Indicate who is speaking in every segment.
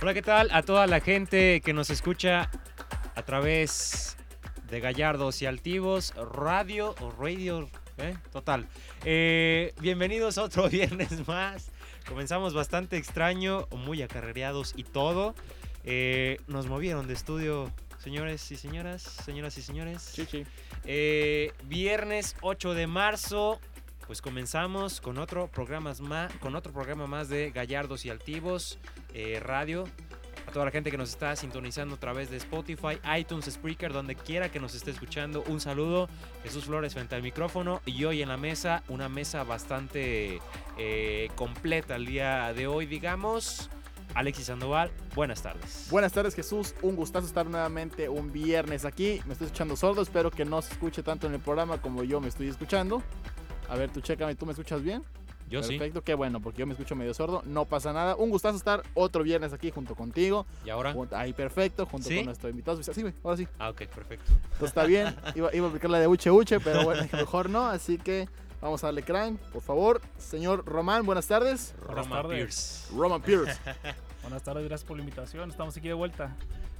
Speaker 1: Hola, ¿qué tal? A toda la gente que nos escucha a través de Gallardos y Altivos, Radio o Radio, ¿eh? total. Eh, bienvenidos a otro viernes más. Comenzamos bastante extraño, muy acarreados y todo. Eh, nos movieron de estudio, señores y señoras, señoras y señores.
Speaker 2: Sí, sí.
Speaker 1: Eh, viernes 8 de marzo, pues comenzamos con otro, programas más, con otro programa más de Gallardos y Altivos eh, Radio. A toda la gente que nos está sintonizando a través de Spotify, iTunes, Spreaker, donde quiera que nos esté escuchando, un saludo. Jesús Flores frente al micrófono y hoy en la mesa, una mesa bastante eh, completa el día de hoy, digamos. Alexis Sandoval, buenas tardes.
Speaker 2: Buenas tardes, Jesús. Un gustazo estar nuevamente un viernes aquí. Me estoy escuchando sordo. Espero que no se escuche tanto en el programa como yo me estoy escuchando. A ver, tú chécame, ¿tú me escuchas bien?
Speaker 1: Yo
Speaker 2: Perfecto, qué bueno, porque yo me escucho medio sordo. No pasa nada. Un gustazo estar otro viernes aquí junto contigo.
Speaker 1: sí. ¿Y ahora?
Speaker 2: Jun- Ahí, perfecto, junto
Speaker 1: ¿Sí?
Speaker 2: con nuestro invitado. especial. Sí, güey, ahora sí.
Speaker 1: Ah, ok, perfecto.
Speaker 2: Entonces está bien. Iba, iba a aplicar la de Uche Uche, pero bueno, dije, mejor no. Así que vamos a darle crime, por favor. Señor Román, buenas tardes.
Speaker 3: Buenas
Speaker 1: Roman
Speaker 3: tardes.
Speaker 1: Pierce.
Speaker 2: Roman Pierce.
Speaker 3: Buenas tardes, gracias por la invitación. Estamos aquí de vuelta.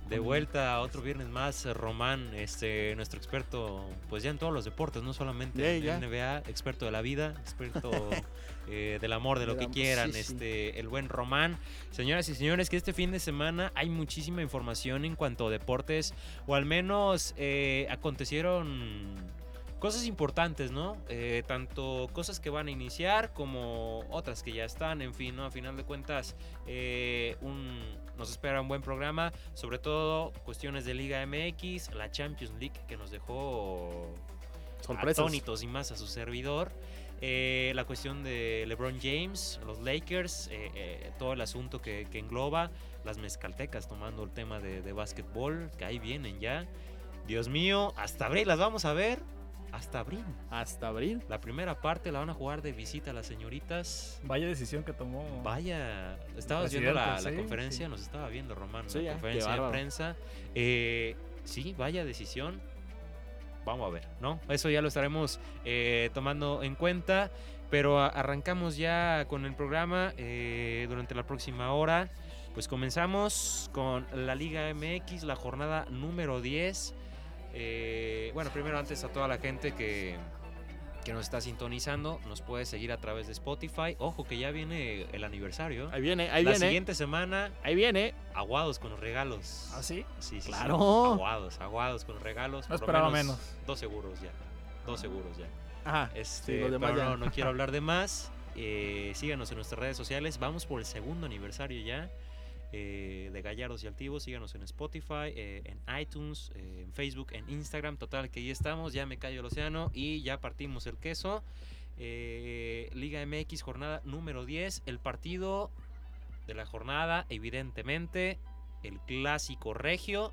Speaker 1: De vuelta a otro viernes más, eh, Román, este, nuestro experto, pues ya en todos los deportes, no solamente
Speaker 2: Yeah,
Speaker 1: en
Speaker 2: ya.
Speaker 1: NBA, experto de la vida, experto eh, del amor, de lo
Speaker 2: Del
Speaker 1: que
Speaker 2: amor,
Speaker 1: quieran,
Speaker 2: sí, sí.
Speaker 1: este, el buen Román. Señoras y señores, que este fin de semana hay muchísima información en cuanto a deportes, o al menos eh, acontecieron cosas importantes, ¿no? Eh, tanto cosas que van a iniciar como otras que ya están, en fin, ¿no? A final de cuentas, eh, un- nos espera un buen programa, sobre todo cuestiones de Liga MX, la Champions League que nos dejó
Speaker 2: Sorpresas.
Speaker 1: atónitos y más a su servidor. Eh, la cuestión de LeBron James, los Lakers, eh, eh, todo el asunto que, que engloba, las mezcaltecas tomando el tema de, de básquetbol, que ahí vienen ya. Dios mío, hasta abril las vamos a ver. Hasta abril.
Speaker 2: Hasta abril.
Speaker 1: La primera parte la van a jugar de visita a las señoritas.
Speaker 3: Vaya decisión que tomó.
Speaker 1: Vaya, estabas viendo la,
Speaker 3: presidente,
Speaker 1: la
Speaker 3: sí,
Speaker 1: conferencia,
Speaker 3: sí.
Speaker 1: nos estaba viendo Román,
Speaker 2: Sí,
Speaker 1: la
Speaker 2: ya, qué
Speaker 1: conferencia de
Speaker 2: bárbaro.
Speaker 1: prensa. Eh, sí, vaya decisión. Vamos a ver, ¿no? Eso ya lo estaremos eh, tomando en cuenta. Pero a- arrancamos ya con el programa eh, durante la próxima hora. Pues comenzamos con la Liga MX, la jornada número 10. Eh, bueno, primero antes a toda la gente que, que nos está sintonizando, nos puede seguir a través de Spotify. Ojo que ya viene el aniversario.
Speaker 2: Ahí viene, ahí
Speaker 1: la
Speaker 2: viene.
Speaker 1: siguiente semana,
Speaker 2: Ahí viene.
Speaker 1: aguados con los regalos.
Speaker 3: ¿Ah, sí?
Speaker 1: Sí, sí, sí.
Speaker 2: Claro.
Speaker 1: Aguados, aguados con los regalos.
Speaker 3: No
Speaker 1: por lo
Speaker 3: esperaba
Speaker 1: Dos seguros ya. Dos seguros ya.
Speaker 2: Ajá.
Speaker 1: Este,
Speaker 2: Sí, los demás
Speaker 1: pero
Speaker 2: ya.
Speaker 1: no, no quiero hablar de más. Eh, síganos en nuestras redes sociales. Vamos por el segundo aniversario ya eh, de Gallardos y Altivos. Síganos en Spotify, eh, en iTunes, eh, en Facebook, en Instagram. Total, que ahí estamos. Ya me callo el océano y ya partimos el queso. Eh, Liga MX, jornada número 10. El partido de la jornada, evidentemente. El clásico regio.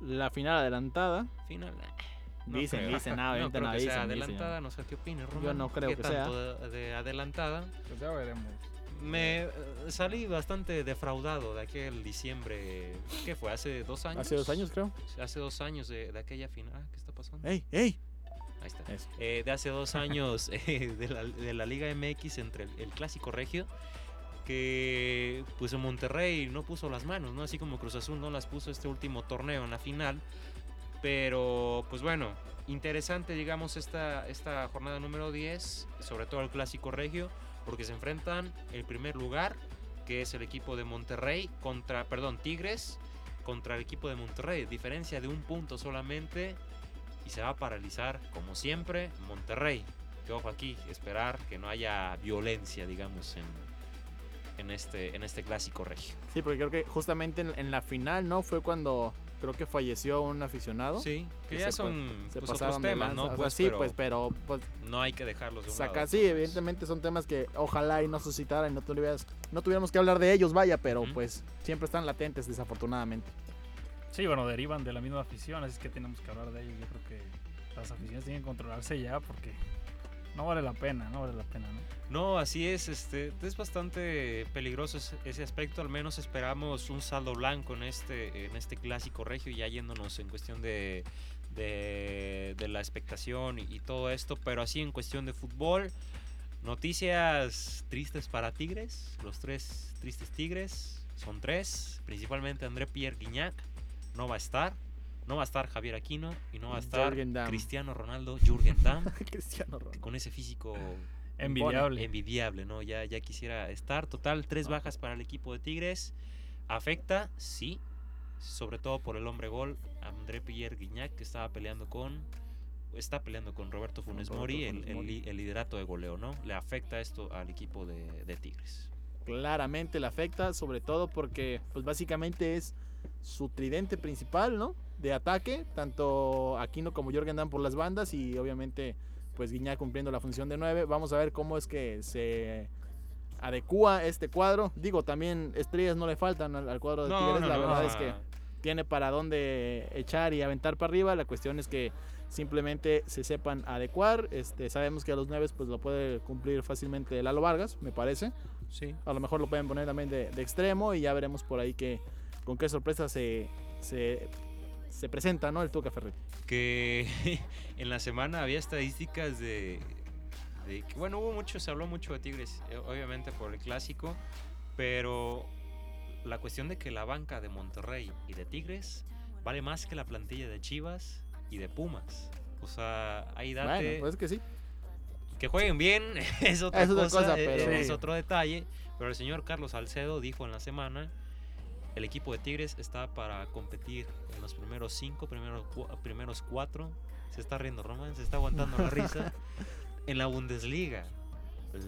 Speaker 2: La final adelantada.
Speaker 1: Final. ah,
Speaker 2: Dicen,
Speaker 1: creo.
Speaker 2: dicen, nada,
Speaker 1: no
Speaker 2: ahorita
Speaker 1: creo
Speaker 2: no,
Speaker 1: que sea
Speaker 2: dicen, dicen.
Speaker 1: adelantada, no sé qué opinas, Román.
Speaker 2: no creo
Speaker 1: ¿Qué
Speaker 2: que
Speaker 1: tanto de- de adelantada?
Speaker 3: Pues ya veremos.
Speaker 1: Me eh, salí bastante defraudado de aquel diciembre. ¿Qué fue? ¿Hace dos años?
Speaker 2: Hace dos años, creo.
Speaker 1: Hace dos años de, de aquella final. Ah, ¿qué está pasando?
Speaker 2: ¡Ey, ey!
Speaker 1: Ahí está.
Speaker 2: Eso.
Speaker 1: Eh, de hace dos años eh, de, la, de la Liga MX entre el, el Clásico Regio. Que pues en Monterrey no puso las manos, ¿no? Así como Cruz Azul no las puso este último torneo en la final. Pero pues bueno, interesante digamos esta, esta jornada número 10, sobre todo el Clásico Regio, porque se enfrentan el primer lugar, que es el equipo de Monterrey, contra, perdón, Tigres, contra el equipo de Monterrey, diferencia de un punto solamente, y se va a paralizar, como siempre, Monterrey. Que ojo aquí, esperar que no haya violencia, digamos, en, en, este, en este Clásico Regio.
Speaker 2: Sí, porque creo que justamente en, en la final, ¿no? Fue cuando creo que falleció un aficionado.
Speaker 1: Sí, que
Speaker 2: que
Speaker 1: ya
Speaker 2: se
Speaker 1: son
Speaker 2: Se
Speaker 1: pues, otros
Speaker 2: pasaron de
Speaker 1: temas,
Speaker 2: lanza.
Speaker 1: ¿no?
Speaker 2: O sea,
Speaker 1: Pues,
Speaker 2: sí,
Speaker 1: pero
Speaker 2: pues, pero pues,
Speaker 1: no hay que dejarlos de un
Speaker 2: saca,
Speaker 1: lado,
Speaker 2: sí,
Speaker 1: pues.
Speaker 2: evidentemente son temas que ojalá y no suscitaran y no tuvieras- no tuviéramos que hablar de ellos, vaya, pero
Speaker 1: Ujú.
Speaker 2: pues siempre están latentes, desafortunadamente.
Speaker 3: Sí, bueno, derivan de la misma afición, así es que tenemos que hablar de ellos. Yo creo que las aficiones tienen que controlarse ya porque no vale la pena, no vale la pena, ¿no?
Speaker 1: No, así es, este, es bastante peligroso ese, ese aspecto, al menos esperamos un saldo blanco en este, en este clásico regio, ya yéndonos en cuestión de, de, de la expectación y, y todo esto, pero así en cuestión de fútbol, noticias tristes para Tigres, los tres tristes Tigres, Son tres, principalmente André Pierre Guignac, no va a estar. No va a estar Javier Aquino y no va a estar
Speaker 2: Mm, Jürgen Damm.
Speaker 1: Cristiano Ronaldo, Jürgen Damm,
Speaker 2: Cristiano Ronaldo.
Speaker 1: con ese físico
Speaker 3: Envidiable.
Speaker 1: envidiable, ¿no? Ya, ya quisiera estar. Total, tres
Speaker 3: Ajá.
Speaker 1: bajas para el equipo de Tigres. ¿Afecta? Sí. Sobre todo por el hombre gol, André Pierre Guignac, que estaba peleando con. Está peleando con Roberto
Speaker 2: Con
Speaker 1: Funes
Speaker 2: Roberto
Speaker 1: Mori
Speaker 2: Funes
Speaker 1: el, el
Speaker 2: Mori.
Speaker 1: li- el liderato de goleo, ¿no? Le afecta esto al equipo de, de Tigres.
Speaker 2: Claramente le afecta, sobre todo porque, pues básicamente es su tridente principal, ¿no? De ataque, tanto Aquino como Jorgen Dan por las bandas y obviamente, pues Guiñac cumpliendo la función de 9. Vamos a ver cómo es que se adecua este cuadro. Digo, también estrellas no le faltan al, al cuadro de Tigres, la verdad es que. tiene para dónde echar y aventar para arriba. La cuestión es que simplemente se sepan adecuar. Este, sabemos que a los 9 pues lo puede cumplir fácilmente Lalo Vargas, me parece.
Speaker 1: Sí.
Speaker 2: A lo mejor lo pueden poner también de, de extremo y ya veremos por ahí que, con qué sorpresa se, se, se presenta ¿no? el Tuca Ferretti.
Speaker 1: que en la semana había estadísticas de, de que, bueno, hubo mucho, se habló mucho de Tigres, eh, obviamente por el clásico, pero la cuestión de que la banca de Monterrey y de Tigres vale más que la plantilla de Chivas y de Pumas. O sea, ahí date
Speaker 2: Bueno, pues es que sí.
Speaker 1: que jueguen bien, es otra,
Speaker 2: Es otra
Speaker 1: cosa,
Speaker 2: cosa,
Speaker 1: eh,
Speaker 2: pero-
Speaker 1: es
Speaker 3: Sí.
Speaker 1: otro detalle. Pero el señor Carlos Salcedo dijo en la semana, el equipo de Tigres está para competir en los primeros cinco, primeros, cu- primeros cuatro. Se está riendo Roman, se está aguantando la risa. En la Bundesliga,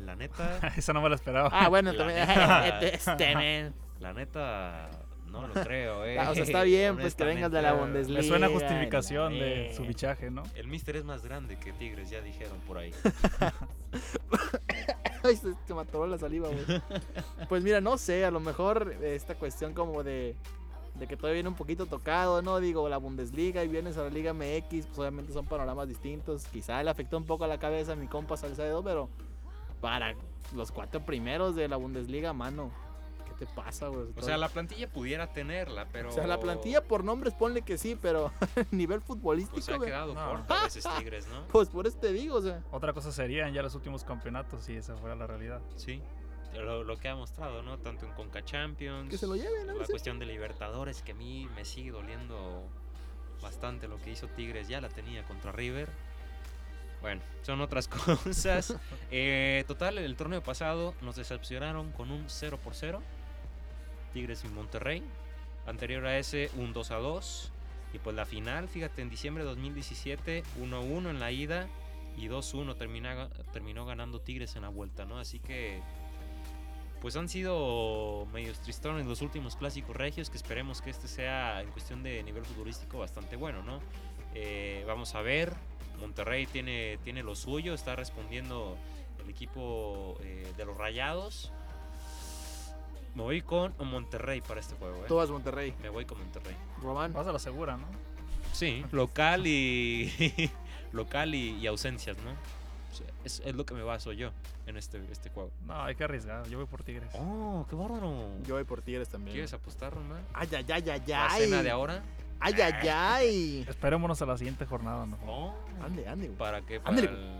Speaker 1: la neta,
Speaker 3: Esa no me la esperaba.
Speaker 2: Ah, bueno,
Speaker 1: La
Speaker 2: también.
Speaker 1: neta.
Speaker 2: este, men.
Speaker 1: la neta, no lo creo. Eh.
Speaker 2: O sea, está bien, pues que vengas de la
Speaker 1: Honestamente,
Speaker 2: Bundesliga.
Speaker 3: Me suena justificación de
Speaker 2: eh.
Speaker 3: su fichaje, ¿no?
Speaker 1: El Mister es más grande que Tigres, ya dijeron por ahí.
Speaker 2: Ay, se, se me atoró la saliva, güey. Pues mira, no sé, a lo mejor eh, esta cuestión como de, de que todavía viene un poquito tocado, ¿no? Digo, la Bundesliga y vienes a la Liga MX, pues obviamente son panoramas distintos. Quizá le afectó un poco la cabeza a mi compa Salcedo, pero para los cuatro primeros de la Bundesliga, mano, ¿qué te pasa, güey?
Speaker 1: O sea, la plantilla pudiera tenerla, pero...
Speaker 2: O sea, la plantilla por nombres ponle que sí, pero nivel
Speaker 1: Pues se
Speaker 2: futbolístico,
Speaker 1: ha
Speaker 2: güey,
Speaker 1: quedado
Speaker 3: No.
Speaker 1: corto a veces Tigres, ¿no?
Speaker 2: pues por eso te digo, o sea.
Speaker 3: Otra cosa serían ya los últimos campeonatos si esa fuera la realidad.
Speaker 1: Sí. Lo, lo que ha mostrado, ¿no? Tanto en Conca Champions.
Speaker 2: Que se lo lleven, ¿no?
Speaker 1: La
Speaker 2: Sí.
Speaker 1: cuestión de Libertadores, que a mí me sigue doliendo bastante lo que hizo Tigres. Ya la tenía contra River. Bueno, son otras cosas. Eh, total, el torneo pasado nos decepcionaron con un 0 por 0. Tigres y Monterrey. Anterior a ese, un 2 a 2. Y pues la final, fíjate, en diciembre de 2017, 1 a 1 en la ida y 2-1 termina- terminó ganando Tigres en la vuelta, ¿no? Así que pues han sido medios tristones los últimos clásicos regios que esperemos que este sea en cuestión de nivel futbolístico bastante bueno, ¿no? Eh, vamos a ver, Monterrey tiene, tiene lo suyo, está respondiendo el equipo eh, de los Rayados. Me voy con Monterrey para este juego, ¿eh?
Speaker 2: Tú vas Monterrey,
Speaker 1: Me voy con Monterrey.
Speaker 2: Román.
Speaker 1: Ah.
Speaker 3: Vas a la segura, ¿no?
Speaker 1: Sí, local y local y, y ausencias, ¿no? O sea, Es, es lo que me baso yo en este, este juego.
Speaker 3: No, hay que arriesgar. Yo voy por Tigres.
Speaker 1: ¡Oh, qué bárbaro!
Speaker 2: Yo voy por Tigres también.
Speaker 1: ¿Quieres apostar, Román?
Speaker 2: Ay, ay, ay, ay,
Speaker 1: ¿La cena
Speaker 2: ay.
Speaker 1: de ahora?
Speaker 2: Ay, ay, ay.
Speaker 3: Esperémonos a la siguiente jornada, ¿no?
Speaker 1: No.
Speaker 2: Ande, ande, güey.
Speaker 1: ¿Para qué? Para
Speaker 2: Ándale,
Speaker 1: el,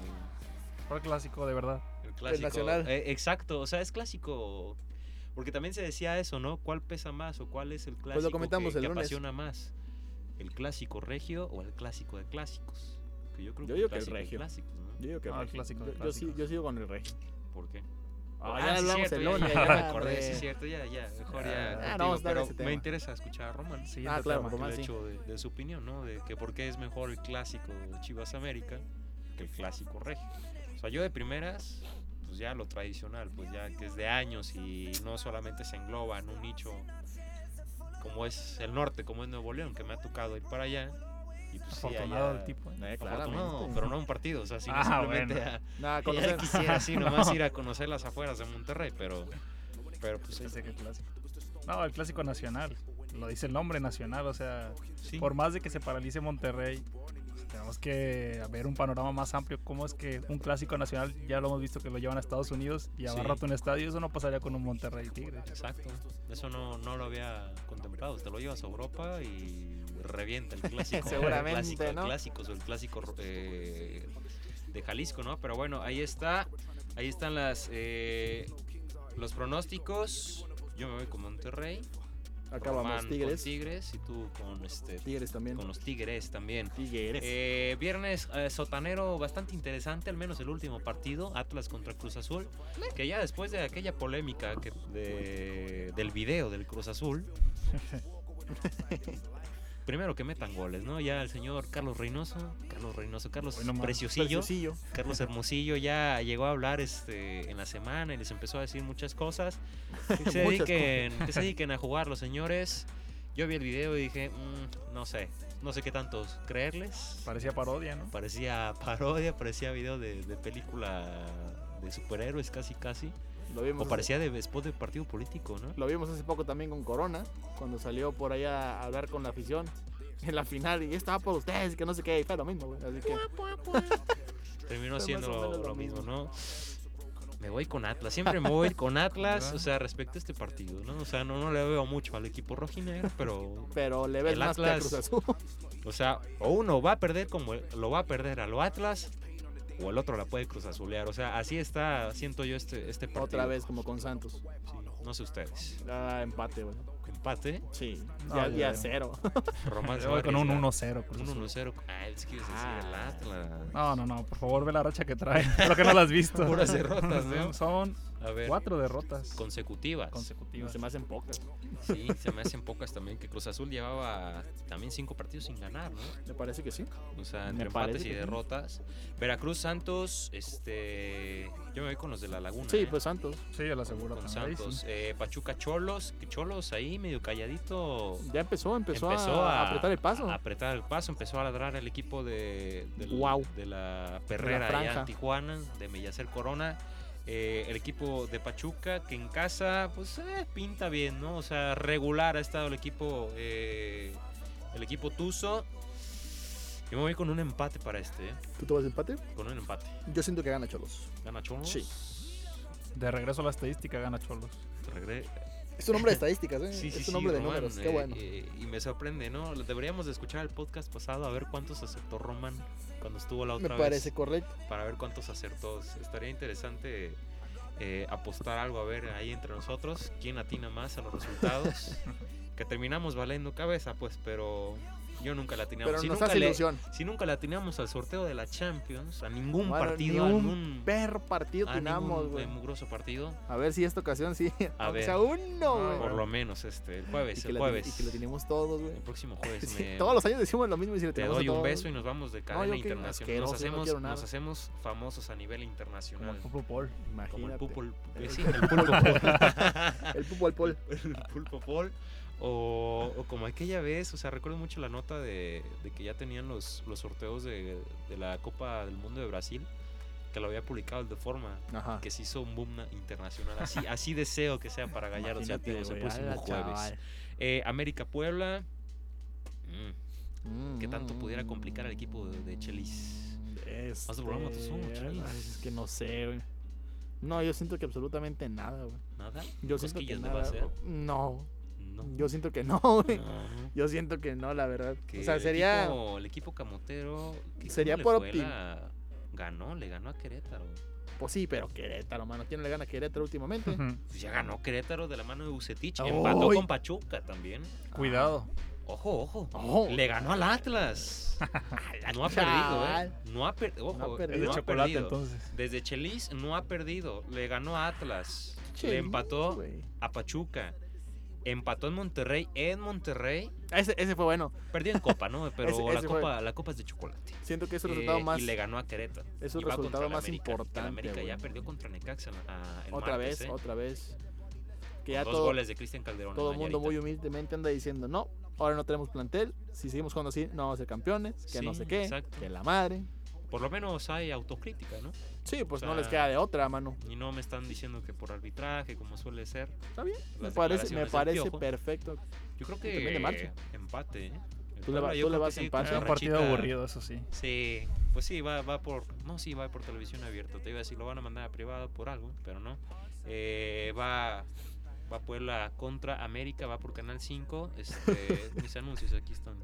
Speaker 3: Por el clásico, de verdad.
Speaker 1: el clásico.
Speaker 2: nacional.
Speaker 1: Eh, exacto, o sea, es clásico. Porque también se decía eso, ¿no? ¿Cuál pesa más o cuál es el clásico
Speaker 2: Pues lo comentamos
Speaker 1: que,
Speaker 2: el
Speaker 1: que
Speaker 2: lunes.
Speaker 1: apasiona más? ¿El clásico regio o el clásico de clásicos? Que yo creo
Speaker 2: Yo
Speaker 1: que
Speaker 2: digo
Speaker 1: el
Speaker 2: que el
Speaker 1: clásico de
Speaker 2: regio.
Speaker 1: clásicos, ¿no?
Speaker 2: Yo digo que
Speaker 3: No, el
Speaker 2: Regio.
Speaker 3: clásico de
Speaker 2: Yo, yo sí-
Speaker 3: clásicos.
Speaker 2: yo sigo con el rey.
Speaker 1: ¿Por qué?
Speaker 2: Ah,
Speaker 1: Ah,
Speaker 2: ya
Speaker 1: sí,
Speaker 2: hablamos
Speaker 1: cierto,
Speaker 2: el
Speaker 1: ya,
Speaker 2: lunes.
Speaker 1: ya,
Speaker 2: ya,
Speaker 1: recordé, sí,
Speaker 2: hombre.
Speaker 1: cierto, ya, ya, mejor
Speaker 3: Ah,
Speaker 1: ya.
Speaker 2: no,
Speaker 1: contigo,
Speaker 2: vamos a hablar de
Speaker 1: pero
Speaker 2: ese tema.
Speaker 1: me interesa escuchar a Roman, sí,
Speaker 3: Siguiente
Speaker 2: Ah, claro,
Speaker 3: tema.
Speaker 1: que
Speaker 2: Roman,
Speaker 1: le
Speaker 2: sí.
Speaker 1: echo de, de su opinión, ¿no? De que por qué es mejor el clásico de Chivas América que el clásico regio. O sea, yo de primeras, pues ya lo tradicional, pues ya que es de años y no solamente se engloba en un nicho como es el norte, como es Nuevo León, que me ha tocado ir para allá. Y pues sí,
Speaker 3: Afortunado
Speaker 1: allá-
Speaker 3: el tipo. ¿eh?
Speaker 2: Eh,
Speaker 1: Afortunado,
Speaker 2: claramente.
Speaker 1: pero no un partido, o sea, sino
Speaker 3: Ah,
Speaker 1: simplemente
Speaker 3: bueno.
Speaker 1: a-
Speaker 2: Nada,
Speaker 1: que ya
Speaker 2: conocer.
Speaker 1: quisiera así nomás ir a conocer las afueras de Monterrey, pero pero pues
Speaker 3: Sí,
Speaker 1: ahí
Speaker 3: sé que clásico. No, el clásico nacional. Lo dice el nombre nacional, o sea,
Speaker 1: sí.
Speaker 3: por más de que se paralice Monterrey, pues tenemos que ver un panorama más amplio. ¿Cómo es que un clásico nacional ya lo hemos visto que lo llevan a Estados Unidos y abarrota un estadio? Eso no pasaría con un Monterrey Tigre.
Speaker 1: Exacto. Eso no, no lo había contemplado. Te lo llevas a Europa y revienta el clásico.
Speaker 2: Seguramente,
Speaker 1: el clásico de
Speaker 2: ¿no?
Speaker 1: clásicos o el clásico eh, de Jalisco, ¿no? Pero bueno, ahí está. Ahí están las eh, los pronósticos. Yo me voy con Monterrey.
Speaker 2: Acabamos
Speaker 1: Román
Speaker 2: Tigres.
Speaker 1: Con Tigres y tú con, este,
Speaker 2: Tigres también.
Speaker 1: con los Tigres también.
Speaker 2: Tigres.
Speaker 1: Eh, viernes eh, sotanero bastante interesante, al menos el último partido, Atlas contra Cruz Azul, que ya después de aquella polémica que de- del video del Cruz Azul, primero que metan goles, ¿no? Ya el señor Carlos Reynoso, Carlos Reynoso, Carlos
Speaker 3: Hoy nomás.
Speaker 1: Preciosillo,
Speaker 2: Preciosillo.
Speaker 1: Carlos Hermosillo ya llegó a hablar este, en la semana y les empezó a decir muchas cosas. Que se,
Speaker 2: Muchas
Speaker 1: dediquen, que se dediquen a jugar los señores. Yo vi el video y dije, "Mm, no sé, no sé qué tantos creerles.
Speaker 3: Parecía parodia, ¿no?
Speaker 1: Parecía parodia, parecía video de, de película de superhéroes casi casi.
Speaker 2: Lo vimos,
Speaker 1: O
Speaker 2: hace-
Speaker 1: parecía de spot de partido político, ¿no?
Speaker 2: lo vimos hace poco también con Corona, cuando salió por allá a hablar con la afición en la final y estaba por ustedes, que no sé qué, y fue lo mismo, güey. Así que
Speaker 1: Terminó
Speaker 2: más o
Speaker 1: siendo
Speaker 2: menos
Speaker 1: lo,
Speaker 2: lo
Speaker 1: lo mismo,
Speaker 2: mismo.
Speaker 1: ¿no? Me voy con Atlas, siempre me voy con Atlas,
Speaker 3: ¿Verdad?
Speaker 1: o sea, respecto a este partido, ¿no? O sea, no, no le veo mucho al equipo rojinegro, pero
Speaker 2: pero le ves
Speaker 1: El
Speaker 2: más que a
Speaker 1: Atlas.
Speaker 2: Cruz Azul.
Speaker 1: O sea, o uno va a perder como el- lo va a perder a lo Atlas, o el otro la puede cruzazulear. O sea, así está, siento yo este, este partido.
Speaker 2: Otra vez como con Santos.
Speaker 1: Sí, no sé ustedes.
Speaker 2: Ah, empate, güey.
Speaker 1: Empate.
Speaker 2: Sí.
Speaker 3: No,
Speaker 1: Ah,
Speaker 2: ya,
Speaker 3: yo
Speaker 2: ya
Speaker 3: veo.
Speaker 2: cero.
Speaker 1: Román se
Speaker 3: Yo
Speaker 1: va
Speaker 3: voy
Speaker 1: a
Speaker 3: con un
Speaker 1: arriesgar.
Speaker 3: 1-0. Cruz
Speaker 1: Un
Speaker 3: Azul.
Speaker 1: 1-0. Ah, es que ibas a decir el
Speaker 2: Ah.
Speaker 1: Atlas.
Speaker 3: No, no, no, por favor ve la racha que trae. Creo que no la has visto.
Speaker 1: Puras derrotas, ¿no?
Speaker 3: Son
Speaker 1: A ver,
Speaker 3: cuatro derrotas
Speaker 1: consecutivas.
Speaker 3: consecutivas.
Speaker 2: Se me hacen pocas.
Speaker 1: Sí, se me hacen pocas también. Que Cruz Azul llevaba también cinco partidos sin ganar, ¿no?
Speaker 2: Me parece que sí.
Speaker 1: O sea,
Speaker 2: Me
Speaker 1: entre
Speaker 2: parece
Speaker 1: empates y
Speaker 2: que sí.
Speaker 1: derrotas. Veracruz Santos, este. Yo me voy con los de la Laguna.
Speaker 2: Sí,
Speaker 1: ¿eh?
Speaker 2: pues Santos.
Speaker 3: Sí, yo la aseguro.
Speaker 1: con
Speaker 3: también, ahí sí.
Speaker 1: Santos. Eh, Pachuca Cholos, que Cholos ahí medio calladito.
Speaker 2: Ya empezó, empezó, a, apretar el paso.
Speaker 1: a apretar el paso, empezó a ladrar el equipo de, del-
Speaker 2: Guau.
Speaker 1: de la perrera allá
Speaker 2: franja.
Speaker 1: en Tijuana, de Mellacer Corona. Eh, el equipo de Pachuca, que en casa, pues eh, pinta bien, ¿no? O sea, regular ha estado el equipo, eh, el equipo Tuzo. Yo me voy con un empate para este, ¿eh?
Speaker 2: ¿Tú tomas empate?
Speaker 1: con un empate.
Speaker 2: Yo siento que gana Cholos.
Speaker 1: Gana Cholos.
Speaker 2: Sí.
Speaker 3: De regreso a la estadística gana Cholos.
Speaker 1: Regre-
Speaker 2: Es un hombre de estadísticas, ¿eh?
Speaker 1: Sí, sí,
Speaker 2: es
Speaker 1: sí,
Speaker 2: un hombre de
Speaker 1: Román,
Speaker 2: números. Qué
Speaker 1: eh,
Speaker 2: bueno.
Speaker 1: eh, y me sorprende, ¿no? Deberíamos de escuchar el podcast pasado a ver cuántos acertó Roman cuando estuvo la
Speaker 2: Me
Speaker 1: otra
Speaker 2: parece
Speaker 1: vez.
Speaker 2: correcto.
Speaker 1: Para ver cuántos acertó. Estaría interesante eh, apostar algo, a ver ahí entre nosotros quién atina más a los resultados. que terminamos valiendo cabeza, pues, pero yo nunca la atinamos.
Speaker 2: Pero
Speaker 1: si,
Speaker 2: nos
Speaker 1: nunca
Speaker 2: hace
Speaker 1: le,
Speaker 2: ilusión.
Speaker 1: si nunca la atinamos al sorteo de la Champions, a ningún
Speaker 2: Bueno,
Speaker 1: partido,
Speaker 2: ni
Speaker 1: a
Speaker 2: un
Speaker 1: ningún,
Speaker 2: Perro partido
Speaker 1: a
Speaker 2: tenamos,
Speaker 1: ningún
Speaker 2: güey.
Speaker 1: eh, mugroso partido,
Speaker 2: A ver si esta ocasión sí.
Speaker 1: A
Speaker 2: aunque
Speaker 1: ver.
Speaker 2: sea uno,
Speaker 3: No,
Speaker 2: güey.
Speaker 1: por lo menos este, el
Speaker 2: y,
Speaker 1: jueves,
Speaker 2: que
Speaker 1: el
Speaker 2: la-
Speaker 1: jueves.
Speaker 2: y que lo tenemos todos, güey.
Speaker 1: El próximo jueves.
Speaker 2: Sí,
Speaker 1: me-
Speaker 2: todos los años decimos lo mismo y si le
Speaker 1: Te
Speaker 2: tenemos a
Speaker 1: doy un
Speaker 2: todos,
Speaker 1: beso y
Speaker 2: güey.
Speaker 1: nos vamos de cadena
Speaker 2: yo quiero-
Speaker 1: internacional.
Speaker 2: asqueroso,
Speaker 1: Nos
Speaker 2: yo no
Speaker 1: hacemos,
Speaker 2: quiero nada.
Speaker 1: nos hacemos famosos a nivel
Speaker 3: Como
Speaker 1: internacional.
Speaker 3: el Purple Paul.
Speaker 1: Como el
Speaker 2: Imagínate.
Speaker 1: pulpo, el,
Speaker 2: El
Speaker 1: sí, el pulpo
Speaker 2: El fútbol pol.
Speaker 1: el pulpo Paul. O, o como aquella vez, o sea, recuerdo mucho la nota de, de que ya tenían los, los sorteos de, de la Copa del Mundo de Brasil, que lo había publicado el de forma,
Speaker 2: Ajá.
Speaker 1: que se hizo un boom na- internacional. Así, así deseo que sea para Gallardo
Speaker 2: Imagínate,
Speaker 1: Santiago el
Speaker 2: güey,
Speaker 1: próximo
Speaker 2: ala,
Speaker 1: jueves.
Speaker 2: chaval.
Speaker 1: Eh, América Puebla, mm, que tanto
Speaker 2: Mm,
Speaker 1: pudiera
Speaker 2: mm,
Speaker 1: complicar al equipo de, de Chelis.
Speaker 2: Este...
Speaker 1: Haz tu programa tú solo, Charlie.
Speaker 2: ay, Es que no sé, güey. No, yo siento que absolutamente nada, güey.
Speaker 1: ¿Nada?
Speaker 2: Yo siento que
Speaker 1: ¿Cosquillas le
Speaker 2: nada.
Speaker 1: va a hacer?
Speaker 2: No,
Speaker 1: No.
Speaker 2: yo siento que no, güey.
Speaker 1: No,
Speaker 2: Yo siento que no, la verdad.
Speaker 1: que
Speaker 2: o sea,
Speaker 1: el
Speaker 2: sería
Speaker 1: equipo- el equipo camotero. que cómo
Speaker 2: sería
Speaker 1: le
Speaker 2: por
Speaker 1: fue
Speaker 2: optim-
Speaker 1: la- Ganó, le ganó a Querétaro.
Speaker 2: Pues sí, pero Querétaro, mano. ¿Quién no le gana a Querétaro últimamente?
Speaker 1: Pues ya ganó Querétaro de la mano de Bucetich.
Speaker 3: ¡Ay!
Speaker 1: Empató con Pachuca también.
Speaker 3: Cuidado.
Speaker 1: Ojo, ojo.
Speaker 2: Ojo.
Speaker 1: Le ganó al Atlas. No ha perdido, ¿eh?
Speaker 2: chaval.
Speaker 1: No ha, per- ojo,
Speaker 2: No ha perdido.
Speaker 3: Es de
Speaker 1: no ha
Speaker 3: chocolate
Speaker 1: perdido.
Speaker 3: entonces.
Speaker 1: Desde Chelis no ha perdido. Le ganó a Atlas.
Speaker 2: Che,
Speaker 1: le empató
Speaker 2: güey.
Speaker 1: a Pachuca. Empató en Monterrey. En Monterrey.
Speaker 2: Ese, ese fue bueno.
Speaker 1: Perdió en Copa, ¿no? Pero
Speaker 2: Ese-
Speaker 1: la,
Speaker 2: ese fue-
Speaker 1: copa, la Copa es de chocolate.
Speaker 2: Siento que es el
Speaker 1: Eh,
Speaker 2: resultado más.
Speaker 1: Y le ganó a Querétaro.
Speaker 2: es el
Speaker 1: Y va contra
Speaker 2: resultado
Speaker 1: el
Speaker 2: más
Speaker 1: América, que el
Speaker 2: importante.
Speaker 1: América
Speaker 2: güey.
Speaker 1: ya perdió contra Necaxa ah, el
Speaker 2: Otra
Speaker 1: martes,
Speaker 2: vez,
Speaker 1: ¿eh?
Speaker 2: otra vez.
Speaker 1: Con
Speaker 2: Que ya
Speaker 1: dos
Speaker 2: todo,
Speaker 1: goles ¿eh? de Cristian Calderón.
Speaker 2: todo
Speaker 1: el
Speaker 2: el mundo muy
Speaker 1: Nayarita.
Speaker 2: humildemente anda diciendo: No, ahora no tenemos plantel. Si seguimos jugando así, no vamos a ser campeones. Que no
Speaker 1: Sí,
Speaker 2: sé qué.
Speaker 1: exacto.
Speaker 2: Que la madre.
Speaker 1: Por lo menos hay autocrítica, ¿no?
Speaker 2: Sí, pues
Speaker 1: O
Speaker 2: no les
Speaker 1: sea,
Speaker 2: queda de otra, mano.
Speaker 1: Y no me están diciendo que por arbitraje, como suele ser.
Speaker 2: Está bien. Me
Speaker 1: las
Speaker 2: parece, me
Speaker 1: declaraciones del
Speaker 2: parece
Speaker 1: Piojo.
Speaker 2: perfecto.
Speaker 1: Yo creo
Speaker 2: también
Speaker 1: que
Speaker 2: de marzo.
Speaker 1: empate, ¿eh? El
Speaker 2: Tú le va-
Speaker 1: Puebla yo
Speaker 2: tú
Speaker 1: creo
Speaker 2: le
Speaker 1: que
Speaker 2: vas
Speaker 1: sí,
Speaker 2: empate.
Speaker 1: con
Speaker 3: Era
Speaker 1: una
Speaker 3: un partido
Speaker 1: rachita-
Speaker 3: aburrido, eso sí.
Speaker 1: Sí, pues sí, va, va por. No, sí, va por televisión abierta. Te iba a decir, lo van a mandar a privado por algo, pero no. Eh, va. Va Puebla contra América, va por Canal 5. Este, mis anuncios aquí están.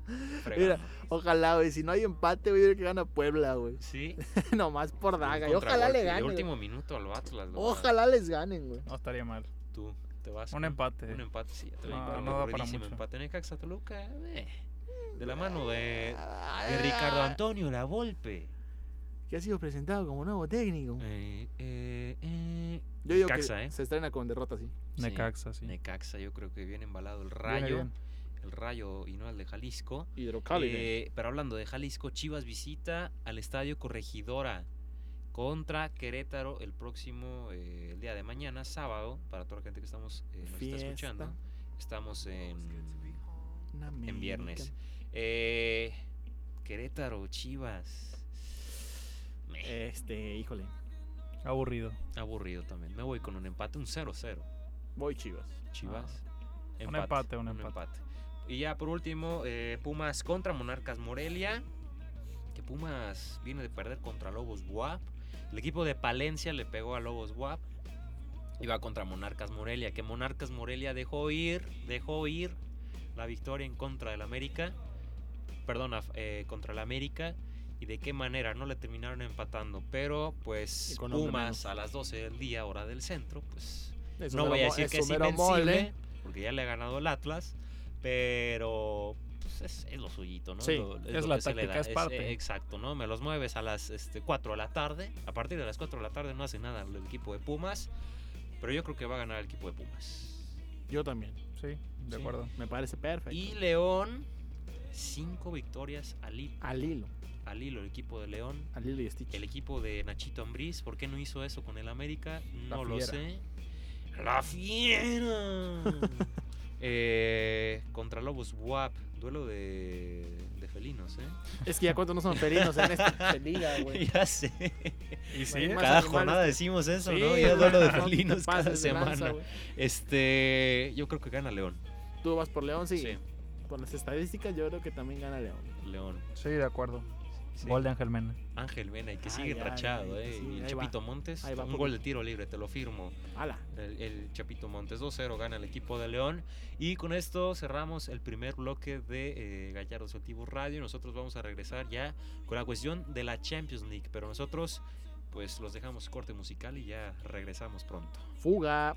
Speaker 1: fregando.
Speaker 2: Ojalá, güey. Si no hay empate, güey, yo creo que gana Puebla, güey.
Speaker 1: Sí.
Speaker 2: Nomás por
Speaker 1: un
Speaker 2: daga. Y ojalá
Speaker 1: contragolpe
Speaker 2: le
Speaker 1: de
Speaker 2: ganen. güey.
Speaker 1: último minuto al Atlas. la verdad.
Speaker 2: Ojalá les ganen, güey.
Speaker 3: No estaría mal.
Speaker 1: Tú, te vas.
Speaker 3: Un empate.
Speaker 1: Un em- empate, sí. Ya te
Speaker 3: No,
Speaker 1: voy con
Speaker 3: no
Speaker 1: el
Speaker 3: da para
Speaker 1: aburridísimo
Speaker 3: mucho.
Speaker 1: empate. Necaxa Toluca, eh, de la mano de, de Ricardo Antonio La Volpe.
Speaker 2: Ah, Que ha sido presentado como nuevo técnico.
Speaker 1: Eh, eh, eh,
Speaker 2: Yo digo
Speaker 1: Necaxa,
Speaker 2: que
Speaker 1: ¿eh?
Speaker 2: se estrena con derrota, sí.
Speaker 1: sí,
Speaker 3: Necaxa, sí.
Speaker 1: Necaxa, yo creo que viene embalado el
Speaker 3: Viene
Speaker 1: rayo.
Speaker 3: bien.
Speaker 1: El rayo y no el de Jalisco.
Speaker 2: Hidrocálido.
Speaker 1: Eh, pero hablando de Jalisco, Chivas visita al Estadio Corregidora contra Querétaro el próximo eh, el día de mañana, sábado, para toda la gente que estamos eh, nos está
Speaker 2: Fiesta.
Speaker 1: escuchando. Estamos en,
Speaker 2: Una
Speaker 1: en viernes.
Speaker 2: América.
Speaker 1: Eh, Querétaro, Chivas. Meh,
Speaker 3: Eh.
Speaker 2: Este, híjole.
Speaker 3: Aburrido.
Speaker 1: aburrido también. Me voy con un empate, un 0-0.
Speaker 2: Voy chivas.
Speaker 1: Chivas.
Speaker 3: Un empate, un empate.
Speaker 1: Y ya por último, eh, Pumas contra Monarcas Morelia. Que Pumas viene de perder contra Lobos Guap. El equipo de Palencia le pegó a Lobos Guap. Y va contra Monarcas Morelia. Que Monarcas Morelia dejó ir, dejó ir la victoria en contra del América. Perdona, eh, contra el América. Y de qué manera no le terminaron empatando. Pero pues
Speaker 2: Y con hombre menos.
Speaker 1: Pumas a las 12 del día, hora del centro, pues
Speaker 2: Es
Speaker 1: no
Speaker 2: mero
Speaker 1: voy a
Speaker 2: mo-
Speaker 1: decir que es
Speaker 2: mero
Speaker 1: invencible,
Speaker 2: mole.
Speaker 1: porque ya le ha ganado el Atlas, pero pues, es, es lo suyito, ¿no?
Speaker 2: Sí,
Speaker 1: Lo-
Speaker 3: es
Speaker 1: lo
Speaker 3: la
Speaker 1: que se le
Speaker 3: táctica,
Speaker 1: da,
Speaker 3: es parte.
Speaker 1: eh, exacto, ¿no? Me los mueves a las este, 4 de la tarde. A partir de las 4 de la tarde no hace nada el equipo de Pumas, pero yo creo que va a ganar el equipo de Pumas.
Speaker 2: Yo también.
Speaker 3: Sí, de
Speaker 1: Sí.
Speaker 3: acuerdo.
Speaker 2: Me parece perfecto.
Speaker 1: Y León, 5 victorias al, hi-
Speaker 2: Al hilo.
Speaker 1: al hilo, el equipo de León.
Speaker 2: Al hilo y Stitch.
Speaker 1: El equipo de Nachito Ambriz, ¿por qué no hizo eso con el América?
Speaker 3: La
Speaker 1: No lo
Speaker 3: fiera.
Speaker 1: sé. ¡La fiera! Eh, contra Lobos WAP, duelo de, de felinos, ¿eh?
Speaker 2: Es que ya cuántos no son felinos en esta liga, güey.
Speaker 1: ya sé.
Speaker 3: Y sí,
Speaker 2: Hay más
Speaker 1: Cada
Speaker 2: animales
Speaker 1: jornada
Speaker 2: que-
Speaker 1: decimos eso,
Speaker 2: Sí,
Speaker 1: ¿no? Ya
Speaker 2: güey,
Speaker 1: duelo de
Speaker 2: no te
Speaker 1: felinos cada
Speaker 2: pases de lanza,
Speaker 1: semana.
Speaker 2: güey.
Speaker 1: Este, yo creo que gana León.
Speaker 2: Tú vas por León, sí. Por las estadísticas, yo creo que también gana León.
Speaker 1: León.
Speaker 3: sí, de acuerdo.
Speaker 1: sí.
Speaker 3: Gol de Ángel Mena.
Speaker 1: Ángel Vena, y que
Speaker 2: Ay,
Speaker 1: sigue
Speaker 2: ay,
Speaker 1: rachado,
Speaker 2: ay, que
Speaker 1: ¿eh?
Speaker 2: sí,
Speaker 1: Y el
Speaker 2: ahí va.
Speaker 1: Chapito Montes,
Speaker 2: Ahí va
Speaker 1: un
Speaker 2: poco.
Speaker 1: gol de tiro libre, te lo firmo.
Speaker 2: ¡Hala!
Speaker 1: El, el Chapito Montes 2-0 gana el equipo de León. Y con esto cerramos el primer bloque de eh, Gallardo Soltivo Radio. Nosotros vamos a regresar ya con la cuestión de la Champions League. Pero nosotros, pues los dejamos corte musical y ya regresamos pronto.
Speaker 2: ¡Fuga!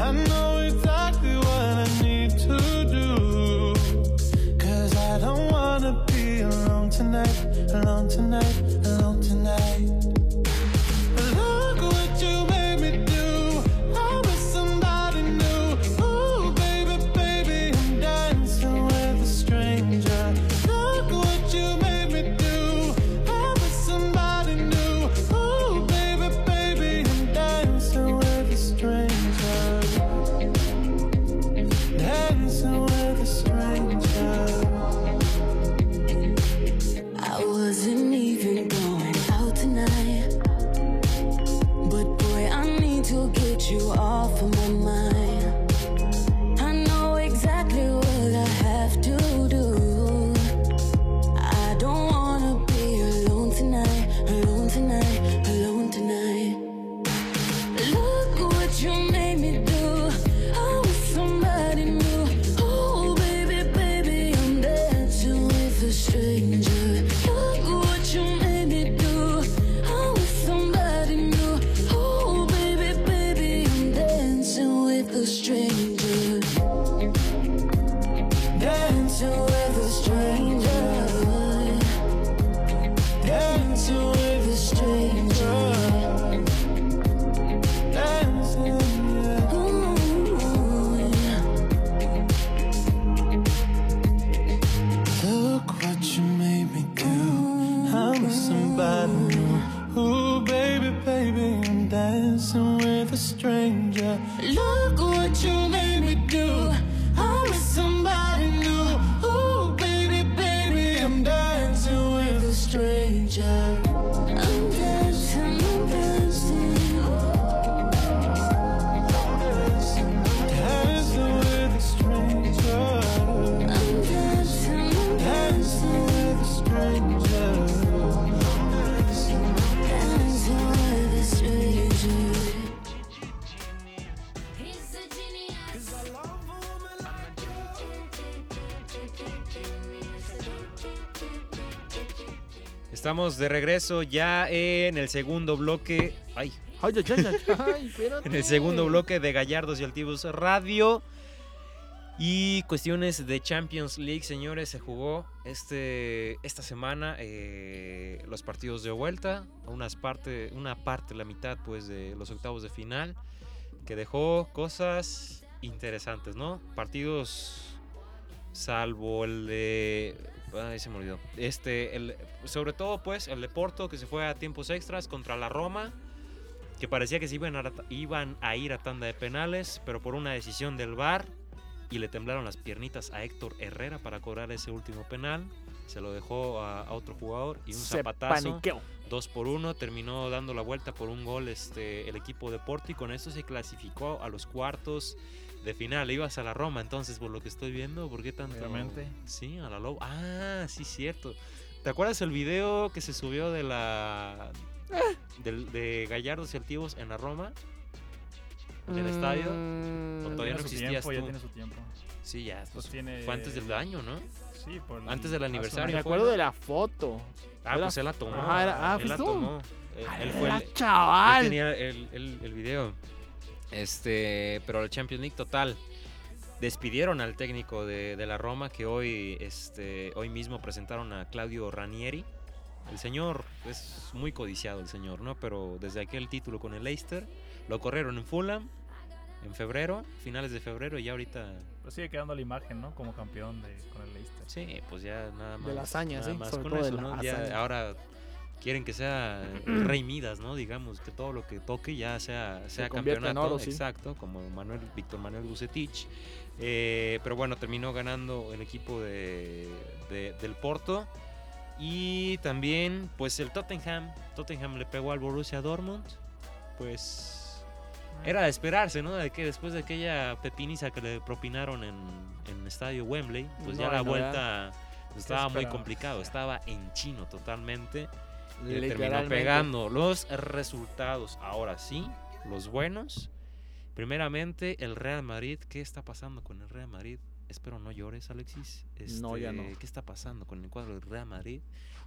Speaker 4: I know exactly what I need to do. Cause I don't wanna be alone tonight, alone tonight, alone tonight. Look what you made me do. I wish somebody knew. Ooh, baby, baby, I'm dancing with a stranger. Look what you made me do. I wish somebody knew. Ooh, baby, baby, I'm dancing with a stranger. Dancing with a stranger.
Speaker 5: I wasn't even going out tonight. But boy, I need to get you off of my mind. I know exactly what I have to do. I don't wanna be alone tonight, alone tonight, alone tonight. Look what you made me do. I wish somebody knew. Oh, baby, baby, I'm dancing with a stranger. Look what you made me do. I wish somebody knew. Oh, baby, baby, I'm dancing with a stranger. Dancing with a stranger. Dancing with a stranger.
Speaker 4: Dancing, yeah.
Speaker 5: Ooh.
Speaker 4: Look what you made me do. I'm with somebody new. Ooh, baby, baby, I'm dancing with a stranger. Look what you made Cause I love a woman like
Speaker 1: Estamos de regreso ya en el segundo bloque. Ay,
Speaker 2: Ay, ay, ay, ay, ay, espérate.
Speaker 1: en el segundo bloque de Gallardos y Altivos Radio. Y cuestiones de Champions League, señores, se jugó este, esta semana eh, los partidos de vuelta, unas parte, una parte, la mitad pues de los octavos de final, que dejó cosas interesantes, ¿no? Partidos salvo el de... Ay, se me olvidó. Este, el, sobre todo pues el de Porto que se fue a tiempos extras contra la Roma que parecía que se iban a, iban a ir a tanda de penales, pero por una decisión del VAR y le temblaron las piernitas a Héctor Herrera para cobrar ese último penal. Se lo dejó a, a otro jugador y un
Speaker 2: Se
Speaker 1: zapatazo.
Speaker 2: paniqueó.
Speaker 1: Dos por uno, terminó dando la vuelta por un gol este, el equipo de Porto y con eso se clasificó a los cuartos de final. Le ibas a la Roma entonces, por lo que estoy viendo, ¿por qué tanto?
Speaker 3: Obviamente.
Speaker 1: Sí, a la Lobo. Ah, sí, cierto. ¿Te acuerdas el video que se subió de la. del- de Gallardos y Altivos en la Roma? ¿Del estadio?
Speaker 2: Mm,
Speaker 1: ¿O todavía
Speaker 3: Tiene
Speaker 1: no
Speaker 3: su
Speaker 1: existías
Speaker 3: tiempo, ya
Speaker 1: tú?
Speaker 3: tiene su tiempo.
Speaker 1: Sí, ya.
Speaker 3: Pues
Speaker 1: pues,
Speaker 3: tiene...
Speaker 1: fue antes del año, ¿no?
Speaker 3: Sí, por el-
Speaker 1: antes del
Speaker 3: hace un
Speaker 1: aniversario.
Speaker 2: Me
Speaker 1: fue,
Speaker 2: acuerdo
Speaker 1: ¿no?
Speaker 2: de la foto.
Speaker 1: Ah,
Speaker 2: Era-
Speaker 1: pues él la tomó.
Speaker 2: Ajá, era- ah,
Speaker 1: él la
Speaker 2: ¿fuiste tú?
Speaker 1: tomó. Él, él fue
Speaker 2: ¡Ah,
Speaker 1: el, Yo
Speaker 2: chaval!
Speaker 1: tenía el, el- el video. Este, pero el Champions League total. Despidieron al técnico de, de la Roma que hoy, este, hoy mismo presentaron a Claudio Ranieri. El señor es muy codiciado, el señor, ¿no? Pero desde aquel título con el Leicester, lo corrieron en Fulham en febrero, finales de febrero, y ya ahorita,
Speaker 3: Pero sigue quedando la imagen, ¿no? Como campeón de, con el Leicester.
Speaker 1: sí, pues ya nada más.
Speaker 2: De la hazaña,
Speaker 1: nada
Speaker 2: sí,
Speaker 1: más
Speaker 2: sobre
Speaker 1: con
Speaker 2: todo de
Speaker 1: eso,
Speaker 2: la
Speaker 1: ¿no? Ya
Speaker 2: hazaña.
Speaker 1: ahora quieren que sea el rey Midas, ¿no? Digamos, que todo lo que toque ya sea, sea
Speaker 2: convierta
Speaker 1: campeonato.
Speaker 2: en oro, sí.
Speaker 1: Exacto, como Manuel, Víctor Manuel Bucetich. Eh, pero bueno, terminó ganando el equipo de, de- del Porto. Y también, pues el Tottenham. Tottenham le pegó al Borussia Dortmund. Pues era de esperarse, ¿no? De que después de aquella pepiniza que le propinaron en, en Estadio Wembley, pues
Speaker 2: No,
Speaker 1: ya la
Speaker 2: no, ya.
Speaker 1: vuelta estaba muy
Speaker 3: esperabas?
Speaker 1: complicado. Estaba en chino totalmente. Le eh, terminó
Speaker 2: Literalmente.
Speaker 1: pegando los resultados. Ahora sí, los buenos. Primeramente, el Real Madrid. ¿Qué está pasando con el Real Madrid? Espero no llores, Alexis.
Speaker 2: No, ya no.
Speaker 1: Este, ¿Qué está pasando con el cuadro del Real Madrid?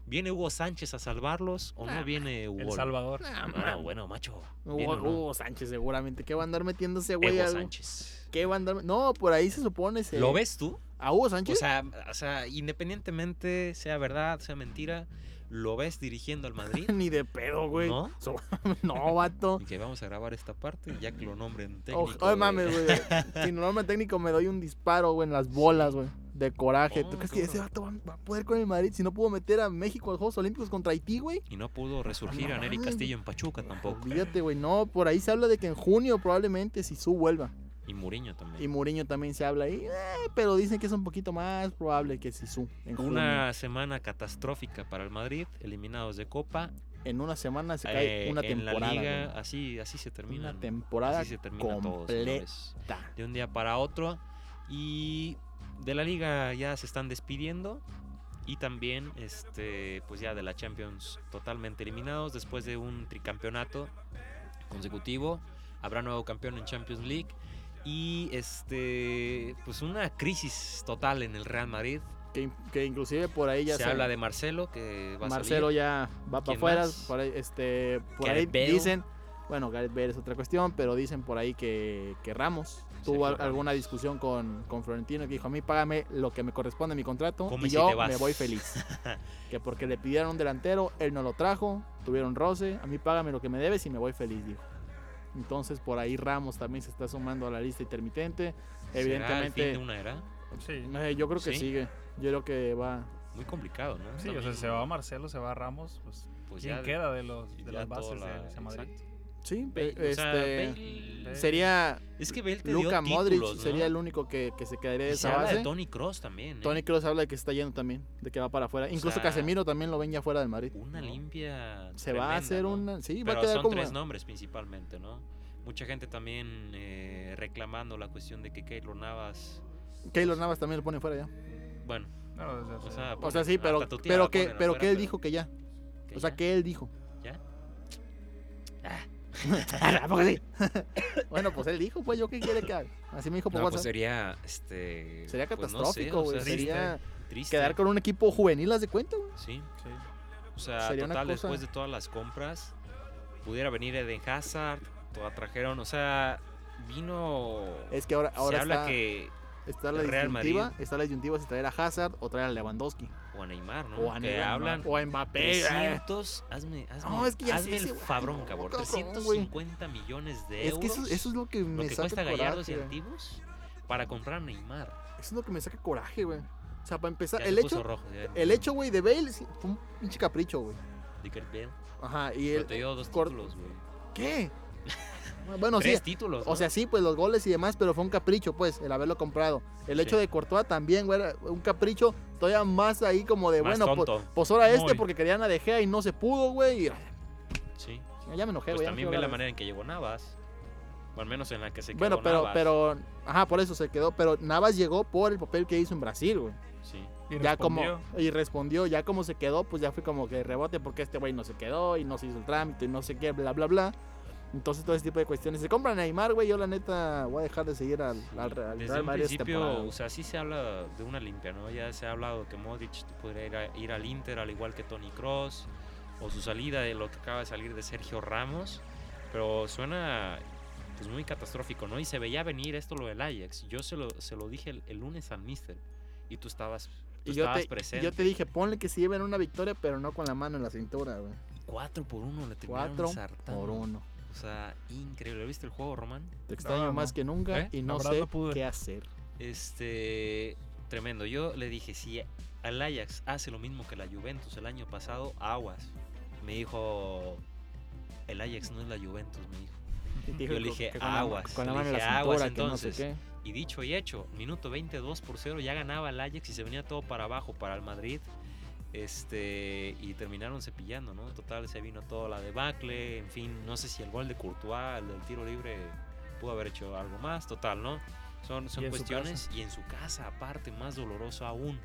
Speaker 1: ¿Viene Hugo Sánchez a salvarlos o no viene Hugo?
Speaker 3: El Salvador.
Speaker 2: Nah,
Speaker 1: Ah, bueno, macho. ¿viene
Speaker 2: Hugo,
Speaker 1: o no?
Speaker 2: Hugo Sánchez, seguramente. ¿Qué va a andar metiéndose, güey?
Speaker 1: Hugo
Speaker 2: algo?
Speaker 1: Sánchez.
Speaker 2: ¿Qué va a andar? No, por ahí se supone. Se...
Speaker 1: ¿Lo ves tú?
Speaker 2: ¿A Hugo
Speaker 1: O
Speaker 2: Sánchez?
Speaker 1: sea, o sea, independientemente sea verdad, sea mentira, ¿lo ves dirigiendo al Madrid?
Speaker 2: Ni de pedo, güey.
Speaker 1: ¿No?
Speaker 2: So- no, vato.
Speaker 1: Y que vamos a grabar esta parte ya que lo nombren
Speaker 2: Oh,
Speaker 1: técnico.
Speaker 2: oh,
Speaker 1: de-
Speaker 2: mames, güey. Si no me técnico, me doy un disparo, güey, en las bolas, güey. De coraje.
Speaker 1: Oh,
Speaker 2: ¿Tú crees que ese
Speaker 1: cabrón.
Speaker 2: vato va, va a poder con el Madrid si no pudo meter a México a los Juegos Olímpicos contra Haití, güey?
Speaker 1: Y no pudo resurgir
Speaker 2: No
Speaker 1: a Neri
Speaker 2: mames.
Speaker 1: Castillo en Pachuca tampoco.
Speaker 2: Olvídate, güey. No, por ahí se habla de que en junio probablemente Sisu vuelva.
Speaker 1: Y Muriño
Speaker 2: Y
Speaker 1: también.
Speaker 2: Mourinho también se habla ahí. eh, pero dicen que es un poquito más probable que Sisu. En, junio.
Speaker 1: Una semana catastrófica para el Madrid, eliminados de Copa.
Speaker 2: en una semana se
Speaker 1: Eh,
Speaker 2: cae una
Speaker 1: en la
Speaker 2: temporada.
Speaker 1: liga,
Speaker 2: güey.
Speaker 1: así, así se termina.
Speaker 2: Una temporada
Speaker 1: Así se termina todo,
Speaker 2: completa.
Speaker 1: señores. de un día para otro. Y de la liga ya se están despidiendo. Y también, este, pues ya de la Champions totalmente eliminados después de un tricampeonato consecutivo. Habrá nuevo campeón en Champions League. Y este, pues una crisis total en el Real Madrid.
Speaker 2: Que, que inclusive por ahí ya
Speaker 1: se habla de Marcelo, que va
Speaker 2: Marcelo
Speaker 1: a salir.
Speaker 2: ya va para
Speaker 1: ¿Quién
Speaker 2: afuera.
Speaker 1: más?
Speaker 2: Por ahí, este, por
Speaker 1: Gareth
Speaker 2: ahí
Speaker 1: Bale.
Speaker 2: dicen, bueno, Gareth Bale es otra cuestión, pero dicen por ahí que, que Ramos tuvo al-
Speaker 1: Ramos.
Speaker 2: alguna discusión con, con Florentino que dijo: A mí págame lo que me corresponde a mi contrato
Speaker 1: Come
Speaker 2: y
Speaker 1: si
Speaker 2: yo
Speaker 1: te vas".
Speaker 2: me voy feliz. que porque le pidieron un delantero, él no lo trajo, tuvieron roce, a mí págame lo que me debes y me voy feliz, dijo. Entonces por ahí Ramos también se está sumando a la lista intermitente.
Speaker 1: ¿Será el fin
Speaker 2: Evidentemente,
Speaker 1: de una era?
Speaker 3: Sí.
Speaker 2: eh, yo creo que
Speaker 1: ¿Sí?
Speaker 2: sigue. Yo creo que va.
Speaker 1: Muy complicado, ¿no?
Speaker 3: Sí, o sea,
Speaker 1: También,
Speaker 3: se va Marcelo, se va Ramos, pues
Speaker 1: pues
Speaker 3: ¿quién
Speaker 1: ya-
Speaker 3: queda de los de
Speaker 1: ya
Speaker 3: las
Speaker 1: toda
Speaker 3: bases
Speaker 1: la-
Speaker 3: de ese Madrid?
Speaker 1: exacto.
Speaker 2: Sí,
Speaker 1: Bale,
Speaker 2: eh,
Speaker 1: o sea,
Speaker 2: este,
Speaker 1: Bale- eh,
Speaker 2: sería
Speaker 1: Es que Bale te dio
Speaker 2: Luca Modric
Speaker 1: títulos, ¿no?
Speaker 2: sería el único que, que se quedaría de
Speaker 1: Y se
Speaker 2: esa
Speaker 1: habla
Speaker 2: base.
Speaker 1: de Tony Cross también. ¿eh?
Speaker 2: Tony Kroos habla de que está yendo también, de que va para afuera. Incluso
Speaker 1: sea,
Speaker 2: Casemiro también lo ven ya fuera del Madrid.
Speaker 1: Una
Speaker 2: ¿no?
Speaker 1: limpia.
Speaker 2: Se
Speaker 1: tremenda,
Speaker 2: va a hacer
Speaker 1: ¿no?
Speaker 2: una. Sí, va
Speaker 1: Pero
Speaker 2: a quedar
Speaker 1: son
Speaker 2: como.
Speaker 1: tres nombres principalmente, ¿no? Mucha gente también eh, reclamando la cuestión de que Keylor Navas.
Speaker 2: Keylor Navas también lo pone fuera ya.
Speaker 1: Bueno,
Speaker 3: No, desde hace-
Speaker 1: o sea. pues,
Speaker 2: O sea, sí,
Speaker 1: hasta
Speaker 2: pero,
Speaker 1: tu tía la
Speaker 2: pero, que,
Speaker 1: ponen
Speaker 2: pero
Speaker 1: afuera,
Speaker 2: que él dijo que ya. O sea,
Speaker 1: ya.
Speaker 2: que él dijo.
Speaker 1: ¿Ya? ¿A poco sí?
Speaker 2: Ah. Bueno, pues él dijo, pues yo qué quiere que haga. Así me dijo por
Speaker 1: No, pues
Speaker 2: WhatsApp.
Speaker 1: sería, este...
Speaker 2: Sería
Speaker 1: pues no sé,
Speaker 2: catastrófico,
Speaker 1: o
Speaker 2: güey.
Speaker 1: sea,
Speaker 3: triste.
Speaker 2: sería
Speaker 1: triste.
Speaker 2: quedar con un equipo juvenil, haz de cuenta, güey.
Speaker 1: Sí.
Speaker 3: Sí.
Speaker 1: O sea,
Speaker 2: Sería una
Speaker 1: total,
Speaker 2: cosa-
Speaker 1: después de todas las compras, pudiera venir Eden Hazard, toda trajeron, o sea, vino...
Speaker 2: Es que ahora, ahora
Speaker 1: se habla
Speaker 2: está,
Speaker 1: que...
Speaker 2: está la
Speaker 1: el Real
Speaker 2: disyuntiva,
Speaker 1: Madrid.
Speaker 2: está la disyuntiva si traer a Hazard o traer a Lewandowski.
Speaker 1: O a Neymar, ¿no?
Speaker 2: o a
Speaker 1: que
Speaker 2: Neymar,
Speaker 1: hablan...
Speaker 2: O a Mbappé. eh.
Speaker 1: 300, hazme, hazme,
Speaker 2: No, es que ya
Speaker 1: hazme
Speaker 2: sé ese,
Speaker 1: el
Speaker 2: güey.
Speaker 1: fabrón,
Speaker 2: No,
Speaker 1: cabrón.
Speaker 2: cabrón,
Speaker 1: 350 millones de
Speaker 2: Es
Speaker 1: euros.
Speaker 2: que eso, eso es lo que
Speaker 1: lo
Speaker 2: me
Speaker 1: que
Speaker 2: saca
Speaker 1: cuesta Gallardos y
Speaker 2: coraje. güey.
Speaker 1: Antiguos para comprar a Neymar.
Speaker 2: Eso es lo que me saca coraje, güey. O sea, para
Speaker 1: Ya
Speaker 2: empezar,
Speaker 1: se
Speaker 2: el
Speaker 1: puso
Speaker 2: hecho,
Speaker 1: rojo, ya.
Speaker 2: el hecho, güey, de Bale sí, fue un pinche capricho, güey.
Speaker 1: Dicker Bell.
Speaker 2: Ajá, y
Speaker 1: Pero
Speaker 2: el...
Speaker 1: te dio dos
Speaker 2: cor-
Speaker 1: títulos, güey.
Speaker 2: ¿Qué? Bueno, sí,
Speaker 1: Tres títulos.
Speaker 2: O
Speaker 1: ¿no?
Speaker 2: sea, sí, pues los goles y demás, pero fue un capricho, pues, el haberlo comprado. El
Speaker 1: Sí.
Speaker 2: hecho de Courtois también, güey, era un capricho todavía más ahí como de,
Speaker 1: Más
Speaker 2: bueno, pues,
Speaker 1: tonto.
Speaker 2: pues ahora este
Speaker 3: Muy.
Speaker 2: porque querían a De Gea y no se pudo, güey. y-
Speaker 1: sí.
Speaker 2: Ya me enojé,
Speaker 1: Pues
Speaker 2: güey. ya no
Speaker 1: también
Speaker 2: quiero
Speaker 1: ve la
Speaker 2: hablar de
Speaker 1: manera en que llegó Navas. O al menos en la que se
Speaker 2: eso.
Speaker 1: quedó
Speaker 2: Bueno, pero,
Speaker 1: Navas.
Speaker 2: pero, ajá, por eso se quedó. Pero Navas llegó por el papel que hizo en Brasil, güey.
Speaker 1: Sí.
Speaker 3: Y
Speaker 2: Ya como,
Speaker 3: respondió.
Speaker 2: y respondió, ya como se quedó, pues ya fue como que rebote porque este güey no se quedó y no se hizo el trámite y no sé qué, bla, bla, bla. Entonces, todo ese tipo de cuestiones. Se compran a Neymar, güey. Yo, la neta, voy a dejar de seguir al, al, al
Speaker 1: Desde
Speaker 2: Real
Speaker 1: un
Speaker 2: Madrid esta temporada,
Speaker 1: principio,
Speaker 2: güey.
Speaker 1: o sea, sí se habla de una limpia, ¿no? Ya se ha hablado que Modric podría ir, a- ir al Inter al igual que Tony Cross, o su salida de lo que acaba de salir de Sergio Ramos, pero suena pues muy catastrófico, ¿no? Y se veía venir esto lo del Ajax. Yo se lo, se lo dije el, el lunes al Mister y tú estabas, tú
Speaker 2: Y yo
Speaker 1: estabas
Speaker 2: te,
Speaker 1: presente.
Speaker 2: yo te dije, ponle que se lleven una victoria, pero no con la mano en la cintura, güey.
Speaker 1: 4 por 1 le terminaron
Speaker 2: Cuatro
Speaker 1: ensartando.
Speaker 2: por uno.
Speaker 1: O sea, increíble. ¿Viste el juego, Román?
Speaker 2: Te extraño
Speaker 3: no.
Speaker 2: más que nunca
Speaker 1: ¿Eh?
Speaker 2: y
Speaker 3: La
Speaker 2: no
Speaker 3: verdad
Speaker 2: sé
Speaker 3: no pude.
Speaker 2: qué hacer.
Speaker 1: Este, tremendo. Yo le dije, si al Ajax hace lo mismo que la Juventus el año pasado, aguas. Me dijo, el Ajax no es la Juventus, me dijo.
Speaker 2: Y te
Speaker 1: Yo
Speaker 2: dije,
Speaker 1: le dije,
Speaker 2: que con la-
Speaker 1: aguas,
Speaker 2: Con la
Speaker 1: le
Speaker 2: mano en
Speaker 1: dije,
Speaker 2: la cintura,
Speaker 1: aguas,
Speaker 2: que no sé
Speaker 1: entonces.
Speaker 2: qué.
Speaker 1: Y dicho y hecho, minuto 22 por 0, ya ganaba el Ajax y se venía todo para abajo, para el Madrid. Este, y terminaron cepillando, ¿no? Total, se vino toda la debacle, en fin, no sé si el gol de Courtois, el del tiro libre, pudo haber hecho algo más, total, ¿no? Son, son
Speaker 3: Y en su
Speaker 1: cuestiones y en su casa, aparte, más doloroso aún.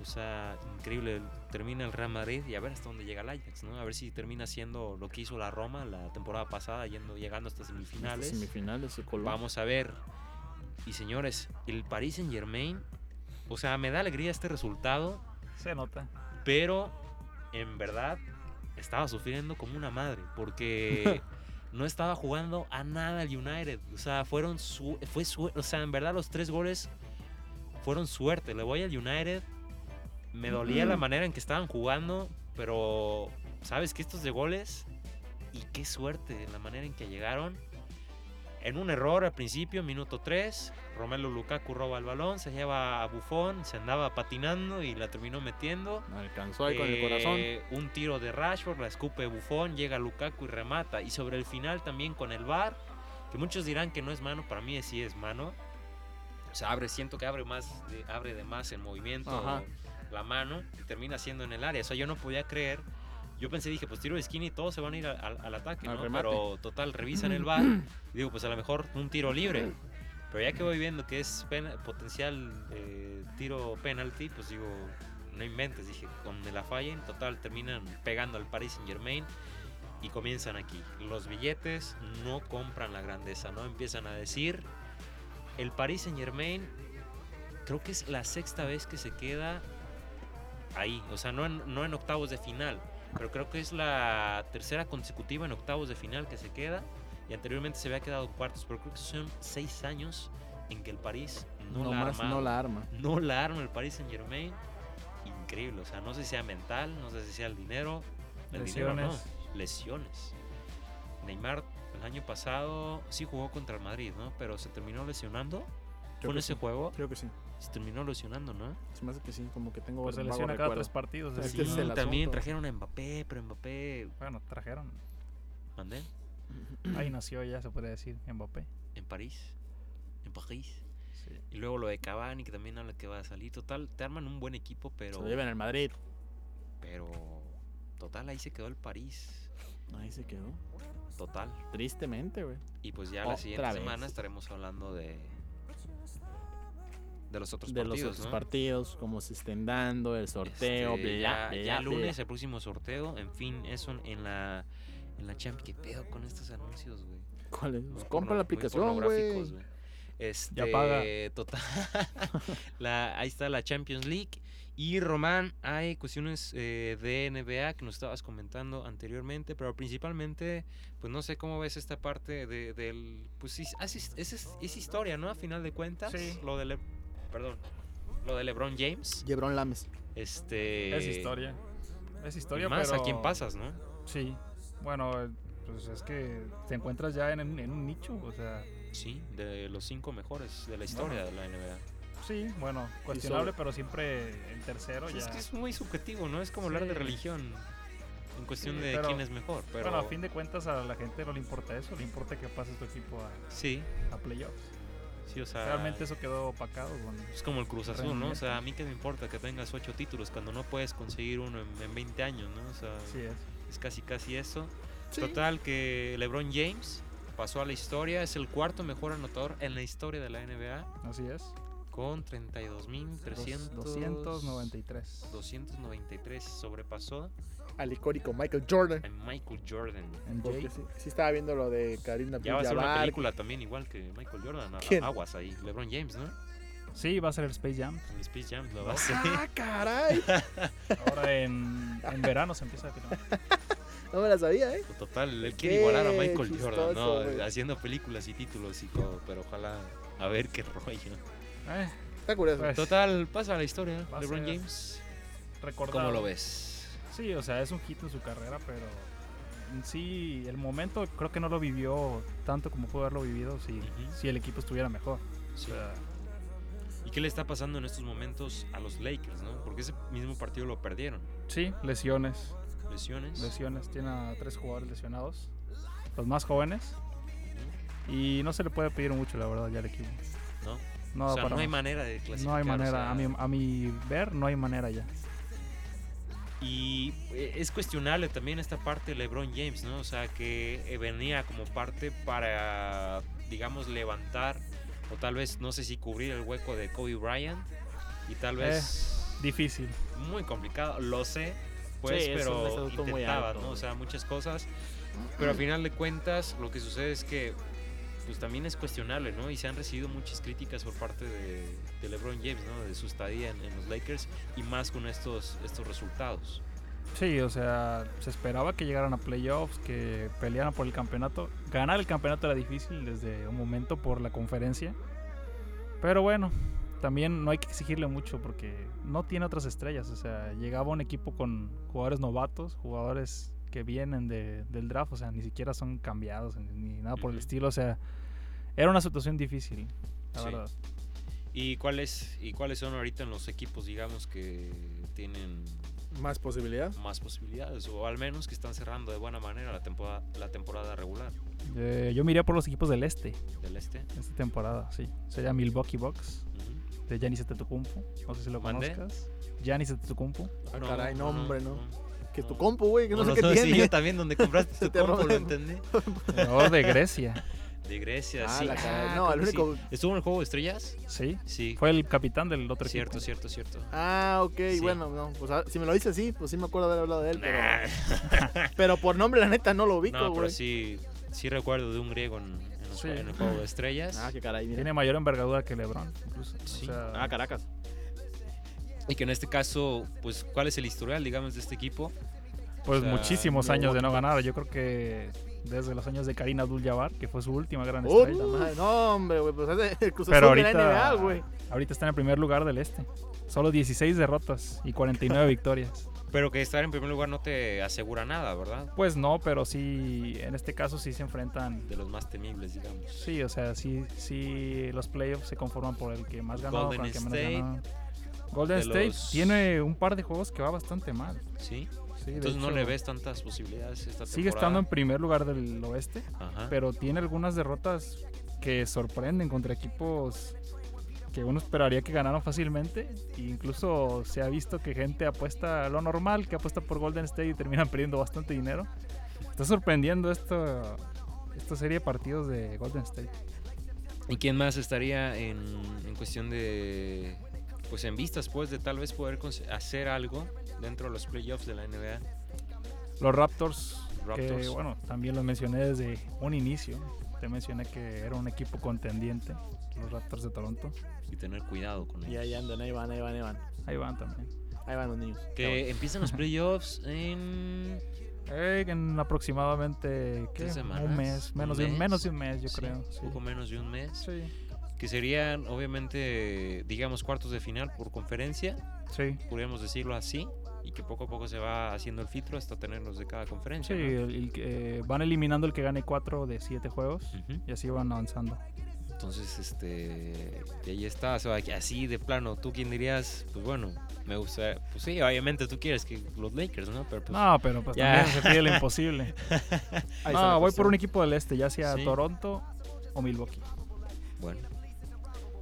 Speaker 1: O sea, increíble, termina el Real Madrid y a ver hasta dónde llega el Ajax, ¿no? A ver si termina siendo lo que hizo la Roma la temporada pasada, yendo, llegando hasta
Speaker 2: Hasta
Speaker 1: semifinales.
Speaker 2: Semifinales, se coló.
Speaker 1: Vamos a ver. Y señores, el Paris Saint Germain, o sea, me da alegría este resultado,
Speaker 3: Se nota.
Speaker 1: pero en verdad estaba sufriendo como una madre, porque no estaba jugando a nada el United. O sea, fueron su, fue su- o sea, en verdad los tres goles fueron suerte. Le voy al United, me dolía la manera en que estaban jugando, pero sabes que estos de goles y qué suerte la manera en que llegaron. En un error al principio, minuto 3, Romelu Lukaku roba el balón, se lleva a Bufón, se andaba patinando y la terminó metiendo.
Speaker 2: Alcanzó ahí con el corazón.
Speaker 1: Eh, Un tiro de Rashford, la escupe Bufón, llega Lukaku y remata. Y sobre el final también con el VAR, que muchos dirán que no es mano, para mí sí es mano. O sea, abre, siento que abre más, de, abre de más el movimiento,
Speaker 2: Ajá.
Speaker 1: la mano, y termina siendo en el área. O sea, yo no podía creer. Yo pensé, dije, pues tiro de esquina y todos se van a ir al, al- al ataque,
Speaker 2: Al
Speaker 1: ¿no?
Speaker 2: remate.
Speaker 1: Pero total, revisan el VAR. y digo, pues a lo mejor un tiro libre. Pero ya que voy viendo que es pena- potencial eh, tiro penalti, pues digo, no inventes, dije, donde la fallen, total, terminan pegando al Paris Saint Germain y comienzan aquí. Los billetes no compran la grandeza, ¿no? Empiezan a decir, el Paris Saint Germain creo que es la sexta vez que se queda ahí, o sea, no en, no en octavos de final, pero creo que es la tercera consecutiva en octavos de final que se queda y anteriormente se había quedado en cuartos, pero creo que son seis años en que el París no,
Speaker 2: No
Speaker 1: la ha
Speaker 2: más,
Speaker 1: armado
Speaker 2: no la arma.
Speaker 1: no la arma el Paris Saint Germain, increíble. O sea, no sé si sea mental, no sé si sea el dinero. El dinero no,
Speaker 3: Lesiones.
Speaker 1: lesiones. Neymar el año pasado sí jugó contra el Madrid, ¿no? Pero se terminó lesionando.
Speaker 2: Creo
Speaker 1: Con
Speaker 2: que
Speaker 1: ese
Speaker 2: sí.
Speaker 1: juego
Speaker 2: Creo que sí.
Speaker 1: se terminó lesionando, ¿no?
Speaker 2: Se me hace que sí, como que tengo
Speaker 3: Pues se
Speaker 2: un vago
Speaker 3: lesiona cada
Speaker 2: recuerdo.
Speaker 3: tres partidos.
Speaker 2: Es
Speaker 3: así.
Speaker 2: que es el
Speaker 1: también
Speaker 2: asunto.
Speaker 1: trajeron a Mbappé, pero Mbappé,
Speaker 3: Bueno, trajeron.
Speaker 1: mandé
Speaker 3: Ahí
Speaker 2: Mm.
Speaker 3: nació ya, se podría decir, Mbappé.
Speaker 1: en París, en París.
Speaker 3: Sí.
Speaker 1: Y luego lo de Cavani que también habla que va a salir. Total, te arman un buen equipo, pero
Speaker 2: Se lo llevan al Madrid.
Speaker 1: pero total ahí se quedó el París.
Speaker 2: Ahí se quedó.
Speaker 1: Total.
Speaker 2: Tristemente, güey.
Speaker 1: Y pues ya
Speaker 2: Otra
Speaker 1: la siguiente
Speaker 2: vez.
Speaker 1: semana estaremos hablando de de los otros
Speaker 2: De los
Speaker 1: partidos,
Speaker 2: otros
Speaker 1: ¿no?
Speaker 2: partidos, cómo se estén dando, el sorteo,
Speaker 1: Este,
Speaker 2: bla,
Speaker 1: ya,
Speaker 2: bla,
Speaker 1: ya el
Speaker 2: bla.
Speaker 1: lunes el próximo sorteo, en fin, eso en la en la Champions. ¿Qué pedo con estos anuncios, güey?
Speaker 2: ¿Cuál es? Pues
Speaker 1: Muy
Speaker 2: compra la
Speaker 1: porno- muy
Speaker 2: aplicación, güey.
Speaker 1: pornográficos, Este,
Speaker 3: paga.
Speaker 1: Total. la, ahí está la Champions League. Y Román, hay cuestiones eh, de NBA que nos estabas comentando anteriormente, pero principalmente, pues no sé cómo ves esta parte de- del. Pues sí, ah, sí, es, es- es historia, ¿no? A final de cuentas,
Speaker 3: Sí.
Speaker 1: lo de Le- perdón, lo de LeBron James.
Speaker 2: Lebron Lames.
Speaker 1: Este,
Speaker 3: Es historia. Es historia,
Speaker 1: y más
Speaker 3: pero...
Speaker 1: a quién pasas, ¿no?
Speaker 3: Sí. Bueno, eh, pues es que te encuentras ya en, un- en un nicho, o sea...
Speaker 1: Sí, de los cinco mejores de la historia de la NBA.
Speaker 3: Sí, bueno, cuestionable, pero siempre el tercero
Speaker 1: Pues
Speaker 3: ya...
Speaker 1: Es que es muy subjetivo, ¿no? Es como hablar de
Speaker 3: Sí.
Speaker 1: religión en cuestión
Speaker 3: Sí,
Speaker 1: de
Speaker 3: pero-
Speaker 1: quién es mejor, pero
Speaker 3: Bueno, a fin de cuentas a la gente no le importa eso, le importa que pase tu equipo a,
Speaker 1: sí,
Speaker 3: a playoffs.
Speaker 1: sí, o sea,
Speaker 3: Realmente eso quedó opacado con...
Speaker 1: es como el Cruz Azul, ¿no? O sea,
Speaker 3: rendimiento.
Speaker 1: a mí que me importa que tengas ocho títulos cuando no puedes conseguir uno en, en 20 años, ¿no? O sea,
Speaker 3: Así es.
Speaker 1: es casi casi eso.
Speaker 2: Sí.
Speaker 1: Total que LeBron James pasó a la historia, es el cuarto mejor anotador en la historia de la NBA
Speaker 3: Así es.
Speaker 1: con 32.300
Speaker 3: 293.
Speaker 1: 293 sobrepasó
Speaker 2: Al icónico Michael Jordan.
Speaker 1: a Michael Jordan.
Speaker 3: En
Speaker 2: Porque
Speaker 3: Jay.
Speaker 2: sí, sí estaba viendo lo de Karina
Speaker 1: Ya va a ser una
Speaker 2: Abdul-Jabbar.
Speaker 1: película también igual que Michael Jordan. a-
Speaker 2: ¿Quién?
Speaker 1: Aguas ahí. LeBron James, ¿no?
Speaker 3: Sí, va a ser el Space Jam.
Speaker 1: En Space Jam lo va a hacer.
Speaker 2: ¡Ah, caray!
Speaker 3: Ahora en, en verano se empieza a filmar.
Speaker 2: No me la sabía, ¿eh?
Speaker 1: Total, él
Speaker 2: Qué
Speaker 1: quiere igualar a Michael Jordan,
Speaker 2: chistoso,
Speaker 1: ¿no?
Speaker 2: güey.
Speaker 1: Haciendo películas y títulos y todo, pero ojalá a ver qué rollo.
Speaker 3: Eh,
Speaker 2: Está curioso.
Speaker 3: pues,
Speaker 1: Total, pasa la historia.
Speaker 3: Va a
Speaker 1: LeBron
Speaker 3: ser
Speaker 1: James,
Speaker 3: recordado.
Speaker 1: ¿cómo lo ves?
Speaker 3: Sí, o sea, es un hit en su carrera, pero en sí, el momento creo que no lo vivió tanto como pudo haberlo vivido si,
Speaker 1: Ujú.
Speaker 3: si el equipo estuviera mejor. O
Speaker 1: Sí.
Speaker 3: sea,
Speaker 1: ¿Y qué le está pasando en estos momentos a los Lakers, no? Porque ese mismo partido lo perdieron.
Speaker 3: sí, lesiones.
Speaker 1: Lesiones.
Speaker 3: Lesiones. Tiene a tres jugadores lesionados. Los más jóvenes. Y no se le puede pedir mucho, la verdad, ya al equipo.
Speaker 1: ¿no?
Speaker 3: No,
Speaker 1: o sea,
Speaker 3: para
Speaker 1: no hay
Speaker 3: más.
Speaker 1: manera de clasificar.
Speaker 3: No hay
Speaker 1: o
Speaker 3: manera.
Speaker 1: sea,
Speaker 3: A, mi, a mi ver, no hay manera ya.
Speaker 1: Y eh, es cuestionable también esta parte de LeBron James, ¿no? O sea, que eh, venía como parte para, digamos, levantar o tal vez, no sé si cubrir el hueco de Kobe Bryant y tal
Speaker 3: Eh,
Speaker 1: vez
Speaker 3: Difícil.
Speaker 1: muy complicado, lo sé, pues,
Speaker 2: Sí, es un
Speaker 1: pero
Speaker 2: estatuto muy
Speaker 1: intentaba,
Speaker 2: alto,
Speaker 1: ¿no? O
Speaker 2: güey.
Speaker 1: sea, muchas cosas, pero al final de cuentas lo que sucede es que pues también es cuestionable, ¿no? Y se han recibido muchas críticas por parte de, de LeBron James, ¿no? De su estadía en, en los Lakers y más con estos, estos resultados.
Speaker 3: Sí, o sea, se esperaba que llegaran a playoffs, que pelearan por el campeonato. Ganar el campeonato era difícil desde un momento por la conferencia. Pero bueno, también no hay que exigirle mucho porque no tiene otras estrellas. O sea, llegaba un equipo con jugadores novatos, jugadores que vienen de- del draft, o sea, ni siquiera son cambiados ni- ni nada por el
Speaker 1: Ujú.
Speaker 3: estilo. O sea, era una situación difícil, la
Speaker 1: Sí.
Speaker 3: verdad.
Speaker 1: ¿Y cuáles y cuáles son ahorita en los equipos, digamos, que tienen
Speaker 2: Más posibilidad.
Speaker 1: más posibilidades o al menos que están cerrando de buena manera la temporada la temporada regular
Speaker 3: Eh, yo miré por los equipos del este,
Speaker 1: del este?
Speaker 3: esta temporada, sí. Sería Milwaukee Bucks.
Speaker 2: Ah,
Speaker 1: Ujú.
Speaker 3: de Giannis Antetokounmpo. No sé si lo
Speaker 1: ¿Mandé?
Speaker 3: conozcas. Giannis Antetokounmpo.
Speaker 2: Ah, caray, no, hombre, no. Que es tu
Speaker 1: No.
Speaker 2: compu, güey, que no,
Speaker 1: No,
Speaker 2: sé
Speaker 1: no,
Speaker 2: qué
Speaker 1: sí,
Speaker 2: tiene.
Speaker 1: yo también donde compraste
Speaker 2: Se
Speaker 1: tu
Speaker 2: te
Speaker 1: compo lo
Speaker 2: rompe.
Speaker 1: entendí.
Speaker 3: Jugador de Grecia.
Speaker 1: De Grecia,
Speaker 2: Ah,
Speaker 1: sí.
Speaker 2: la caray.
Speaker 1: Ah,
Speaker 2: No, el
Speaker 1: creo que sí.
Speaker 2: único.
Speaker 1: ¿Estuvo en el juego de estrellas?
Speaker 3: Sí.
Speaker 1: Sí.
Speaker 3: Fue el capitán del otro
Speaker 1: Cierto,
Speaker 3: equipo.
Speaker 1: cierto, cierto.
Speaker 2: Ah, ok,
Speaker 1: Sí.
Speaker 2: bueno, no. Pues ah, si me lo dices así, pues sí me acuerdo de haber hablado de él, pero, pero por nombre, la neta, no lo ubico,
Speaker 1: no, pero
Speaker 2: güey.
Speaker 1: sí, sí recuerdo de un griego en, en los-
Speaker 3: Sí.
Speaker 1: en el juego de estrellas.
Speaker 2: Ah, qué caray, mira.
Speaker 3: Tiene mayor envergadura que LeBron. Incluso.
Speaker 1: Sí.
Speaker 3: O sea,
Speaker 2: Ah, Caracas.
Speaker 1: Y que en este caso, pues, ¿cuál es el historial, digamos, de este equipo?
Speaker 3: pues
Speaker 1: o sea,
Speaker 3: muchísimos
Speaker 2: no-
Speaker 3: años de no ganar. Yo creo que desde los años de Karina Abdul-Jabbar, que fue su última gran
Speaker 2: Uh,
Speaker 3: estrella.
Speaker 2: madre, no, hombre, güey, pues hace el Cruz
Speaker 3: Pero
Speaker 2: Azul de la
Speaker 3: ahorita,
Speaker 2: NBA, güey.
Speaker 3: ahorita está en el primer lugar del este. Solo 16 derrotas y 49 victorias.
Speaker 1: Pero que estar en primer lugar no te asegura nada, ¿verdad?
Speaker 3: Pues no, pero sí, en este caso sí se enfrentan.
Speaker 1: De los más temibles, digamos.
Speaker 3: Sí, o sea, sí, sí los playoffs se conforman por el que más ganó, por
Speaker 1: Golden
Speaker 3: el que menos
Speaker 1: State.
Speaker 3: ganó. Golden
Speaker 1: De
Speaker 3: State
Speaker 1: los-
Speaker 3: tiene un par de juegos que va bastante mal.
Speaker 1: Sí.
Speaker 3: Sí, de
Speaker 1: Entonces no
Speaker 3: hecho,
Speaker 1: le ves tantas posibilidades esta temporada. Ah.
Speaker 3: Sigue estando en primer lugar del oeste,
Speaker 1: Ajá.
Speaker 3: pero tiene algunas derrotas que sorprenden contra equipos que uno esperaría que ganaran fácilmente. E incluso se ha visto que gente apuesta lo normal, que apuesta por Golden State y terminan perdiendo bastante dinero. Está sorprendiendo esto, esta serie de partidos de Golden State.
Speaker 1: ¿Y quién más estaría en, en cuestión de. Pues en vistas, pues, de tal vez poder cons- hacer algo dentro de los playoffs de la NBA?
Speaker 3: Los Raptors
Speaker 1: Raptors.
Speaker 3: Que bueno, también lo mencioné desde un inicio. Te mencioné que era un equipo contendiente, los Raptors de Toronto.
Speaker 1: Y tener cuidado con ellos.
Speaker 2: Y ahí andan, ahí van, ahí van, ahí van.
Speaker 3: Ahí van también.
Speaker 2: Ahí van los niños.
Speaker 1: Que empiezan los playoffs en.
Speaker 3: Eh, en aproximadamente ¿qué?
Speaker 1: ¿Tres semanas?
Speaker 3: un mes,
Speaker 1: ¿Un
Speaker 3: menos, De un,
Speaker 1: mes?
Speaker 3: menos de un mes, yo
Speaker 1: sí,
Speaker 3: creo. sí.
Speaker 1: poco menos de un mes.
Speaker 3: Sí,
Speaker 1: Que serían, obviamente, digamos, cuartos de final por conferencia,
Speaker 3: sí.
Speaker 1: podríamos decirlo así. Y que poco a poco se va haciendo el filtro hasta tenerlos de cada
Speaker 3: Sí,
Speaker 1: conferencia. ¿no?
Speaker 3: el- el que- eh, van eliminando el que gane 4 de 7 juegos
Speaker 1: Ujú.
Speaker 3: y así van avanzando.
Speaker 1: Entonces, este, y ahí está, o sea, que así de plano, ¿tú quién dirías? Pues bueno, me gusta, pues sí, obviamente tú quieres que los Lakers, ¿no? Pero pues,
Speaker 3: No, pero pues
Speaker 1: Ya.
Speaker 3: también se pide lo imposible.
Speaker 2: Ahí está la
Speaker 3: no, voy
Speaker 2: cuestión.
Speaker 3: por un equipo del este, ya sea
Speaker 1: Sí.
Speaker 3: Toronto o Milwaukee.
Speaker 1: bueno,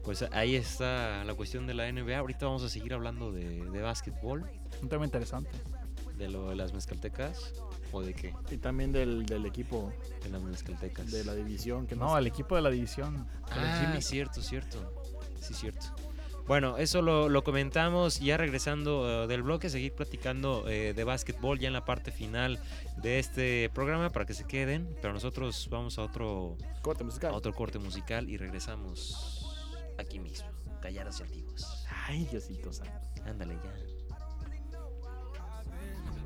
Speaker 1: pues ahí está la cuestión de la NBA. Ahorita vamos a seguir hablando de, de básquetbol,
Speaker 3: Un tema interesante.
Speaker 1: de lo de las mezcaltecas, o de qué,
Speaker 2: Y también del, del equipo
Speaker 1: de las mezcaltecas.
Speaker 2: de la división. que
Speaker 3: No, el equipo de la división. el
Speaker 1: Ah,
Speaker 3: Jimmy.
Speaker 1: cierto, cierto. Sí, cierto. Bueno, eso lo, lo comentamos ya regresando eh, del bloque, seguir platicando eh, de básquetbol ya en la parte final de este programa para que se queden, pero nosotros vamos a otro,
Speaker 2: Corte
Speaker 1: a
Speaker 2: musical.
Speaker 1: otro corte musical y regresamos aquí mismo, callados y antiguos.
Speaker 2: Ay, Diosito santo.
Speaker 1: Ándale ya.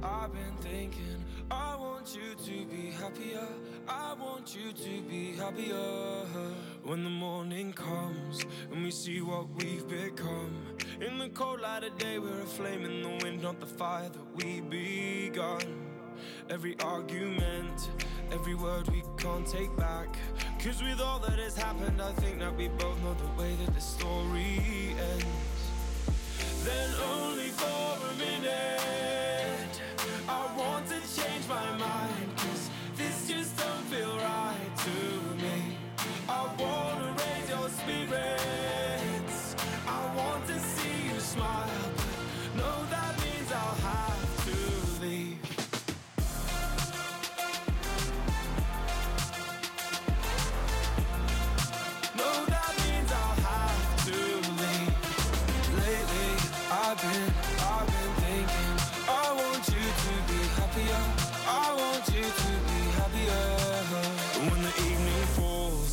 Speaker 4: I've been thinking, I want you to be happier. I want you to be happier. When the morning comes and we see what we've become. In the cold light of day, we're a flame in the wind, not the fire that we begun. Every argument, every word we can't take back. Cause with all that has happened, I think that we both know the way that the story ends then only for a minute. I want to change my mind, cause this just don't feel right to me. I wanna raise your spirits, I want to see you smile. but No, that means I'll have to leave. No, that means I'll have to leave. Lately, I've been, I've been thinking. I want you to be happier. I want you to be happier. When the evening falls,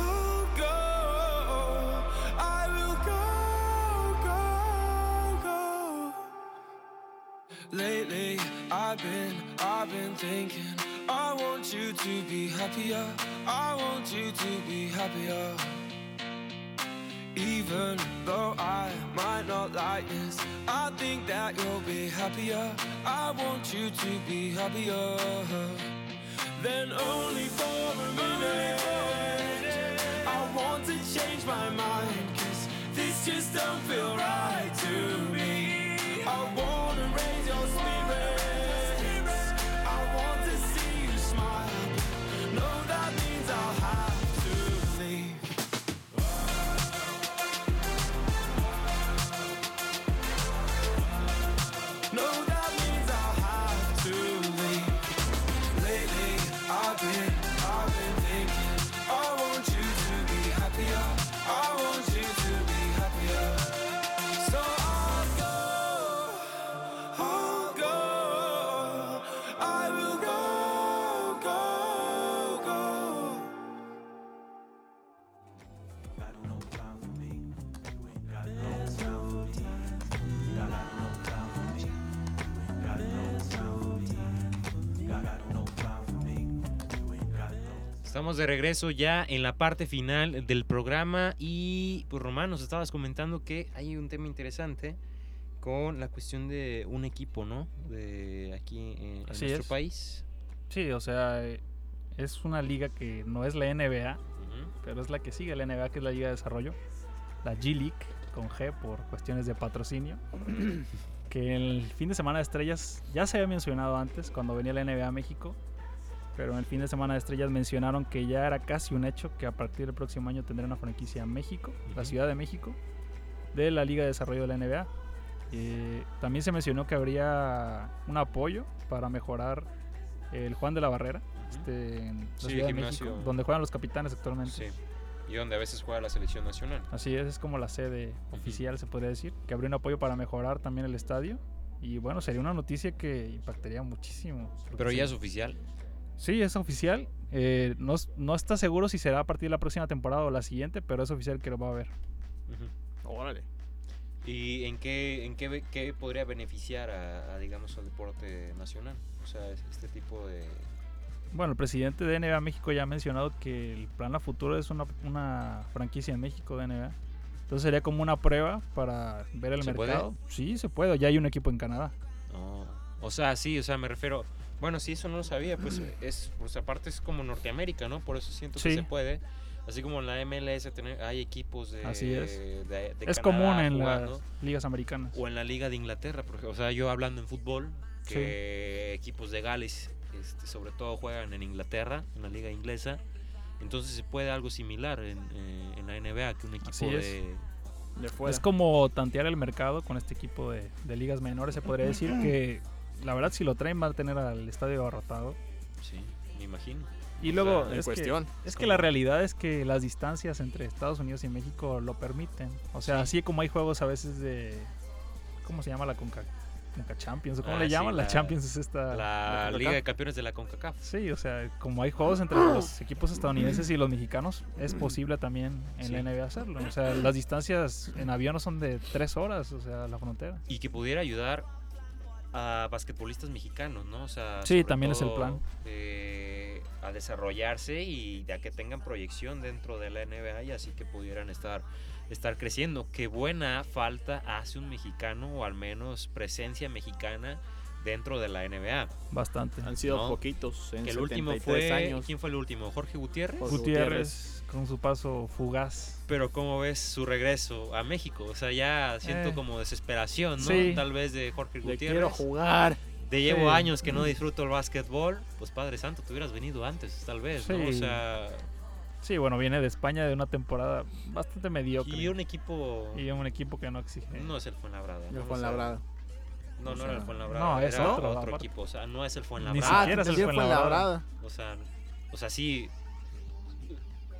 Speaker 4: I'll go. I will go, go, go. Lately, I've been, I've been thinking. I want you to be happier. I want you to be happier. Even though I might not like this, I think that you'll be happier. I want you to be happier. Then only for a minute, I want to change my mind. Cause this just don't feel right to me. I wanna raise your spirits. I want to see you smile. No, that means I'll have to leave. No, that means I'll have to leave. Lately, I've been, I've been thinking. I want you to be happier. I want you to be happier. So I'll go.
Speaker 1: Estamos de regreso ya en la parte final del programa y pues Román nos estabas comentando que hay un tema interesante con la cuestión de un equipo, ¿no? De aquí eh, en, en
Speaker 3: Así
Speaker 1: nuestro
Speaker 3: es.
Speaker 1: país.
Speaker 3: Sí, o sea, eh, es una liga que no es la NBA,
Speaker 1: Ujú.
Speaker 3: pero es la que sigue la NBA, que es la Liga de Desarrollo, la G-League, con G por cuestiones de patrocinio, que el fin de semana de estrellas ya se había mencionado antes cuando venía la NBA a México, pero en el fin de semana de estrellas mencionaron que ya era casi un hecho que a partir del próximo año tendrá una franquicia en México, la
Speaker 1: Ujú.
Speaker 3: Ciudad de México, de la Liga de Desarrollo de la NBA. Eh, también se mencionó que habría un apoyo para mejorar el Juan de la Barrera. Este, en la
Speaker 1: Sí,
Speaker 3: Ciudad de
Speaker 1: gimnasio.
Speaker 3: México, donde juegan los capitanes actualmente.
Speaker 1: Sí. Y donde a veces juega la selección nacional.
Speaker 3: Así es, es como la sede oficial, se podría decir, que habría un apoyo para mejorar también el estadio. Y bueno, sería una noticia que impactaría muchísimo. porque
Speaker 1: Pero ya es
Speaker 3: sí-
Speaker 1: oficial.
Speaker 3: Sí, es oficial. Eh, no, es- no está seguro si será a partir de la próxima temporada o la siguiente, pero es oficial que lo va a haber.
Speaker 1: Ujú.
Speaker 2: Órale.
Speaker 1: ¿Y en qué, en qué, ve- qué podría beneficiar a, a, digamos, al deporte nacional? O sea, es- este tipo de...
Speaker 3: Bueno, el presidente de NBA México ya ha mencionado que el plan a futuro es una, una franquicia en México de NBA. Entonces sería como una prueba para ver el
Speaker 1: ¿Se puede?
Speaker 3: mercado. Sí, se puede. Ya hay un equipo en Canadá.
Speaker 1: Oh, O sea, sí, o sea, me refiero... Bueno, sí, eso no lo sabía, pues es, pues aparte es como Norteamérica, ¿no? Por eso siento que
Speaker 3: Sí.
Speaker 1: se puede. Así como en la MLS tener- hay equipos de...
Speaker 3: Así es.
Speaker 1: de- de
Speaker 3: es
Speaker 1: Canadá
Speaker 3: común en
Speaker 1: jugando.
Speaker 3: las ligas americanas.
Speaker 1: O en la Liga de Inglaterra, por ejemplo. O sea, yo hablando en fútbol, que equipos de Gales, este, sobre todo juegan en Inglaterra, en la Liga inglesa. Entonces se puede algo similar en, eh, en la NBA, que un equipo
Speaker 3: Así es.
Speaker 1: de.
Speaker 2: De fuera.
Speaker 3: Es como tantear el mercado con este equipo de, de ligas menores. Se podría decir que la verdad si lo traen va a tener al estadio abarrotado.
Speaker 1: Sí, me imagino.
Speaker 3: Y
Speaker 1: O sea,
Speaker 3: luego
Speaker 2: en
Speaker 3: es,
Speaker 2: cuestión.
Speaker 3: Que, es que la realidad es que las distancias entre Estados Unidos y México lo permiten. O sea, así como hay juegos a veces de... ¿Cómo se llama la Conca? Conca Champions. ¿o ¿Cómo
Speaker 1: Ah,
Speaker 3: le
Speaker 1: sí,
Speaker 3: llaman? la,
Speaker 1: la-
Speaker 3: Champions es esta...
Speaker 1: La
Speaker 2: CONCACAF.
Speaker 1: Liga de Campeones de la CONCACAF.
Speaker 3: Sí, o sea, como hay juegos entre los equipos estadounidenses y los mexicanos, es posible también en la
Speaker 1: Sí.
Speaker 3: NBA hacerlo. O sea, las distancias en avión no son de tres horas, o sea, la frontera.
Speaker 1: Y que pudiera ayudar a basquetbolistas mexicanos, ¿no? O sea,
Speaker 3: Sí,
Speaker 1: sobre
Speaker 3: también es el plan.
Speaker 1: eh, a desarrollarse y a que tengan proyección dentro de la NBA y así que pudieran estar, estar creciendo. Qué buena falta hace un mexicano o al menos presencia mexicana dentro de la NBA.
Speaker 3: Bastante.
Speaker 2: Han sido
Speaker 1: No.
Speaker 2: poquitos. En
Speaker 1: Que el último
Speaker 2: 73
Speaker 1: fue...
Speaker 2: años.
Speaker 1: ¿Quién fue el último? ¿Jorge Gutiérrez?
Speaker 2: Jorge
Speaker 3: Gutiérrez con su paso fugaz.
Speaker 1: Pero ¿cómo ves su regreso a México? O sea, ya siento
Speaker 3: Eh.
Speaker 1: como desesperación, ¿no?
Speaker 3: Sí.
Speaker 1: Tal vez de Jorge
Speaker 2: Le
Speaker 1: Gutiérrez.
Speaker 2: quiero jugar.
Speaker 1: Te llevo
Speaker 3: Sí. Mm.
Speaker 1: años que no disfruto el básquetbol. Pues Padre Santo, te hubieras venido antes, tal vez, ¿no? O
Speaker 3: Sí.
Speaker 1: sea,
Speaker 3: Sí, bueno, viene de España de una temporada bastante mediocre.
Speaker 1: y un equipo
Speaker 3: Y un equipo que no exige.
Speaker 1: no es el Fuenlabrada.
Speaker 2: Yo
Speaker 1: ¿no?
Speaker 2: Juan
Speaker 1: O sea,
Speaker 2: Labrada.
Speaker 1: No,
Speaker 3: O
Speaker 1: no
Speaker 3: sea,
Speaker 1: era el Fuenlabrada.
Speaker 3: no, es
Speaker 1: era
Speaker 3: otro,
Speaker 1: otro,
Speaker 3: aparte.
Speaker 1: equipo. O sea, no es el
Speaker 3: Ni
Speaker 1: Fuenlabrada.
Speaker 2: Ah,
Speaker 3: siquiera es el
Speaker 2: sí, fue en
Speaker 3: Fuenlabrada.
Speaker 2: Labrada.
Speaker 1: O sea, o sea, sí.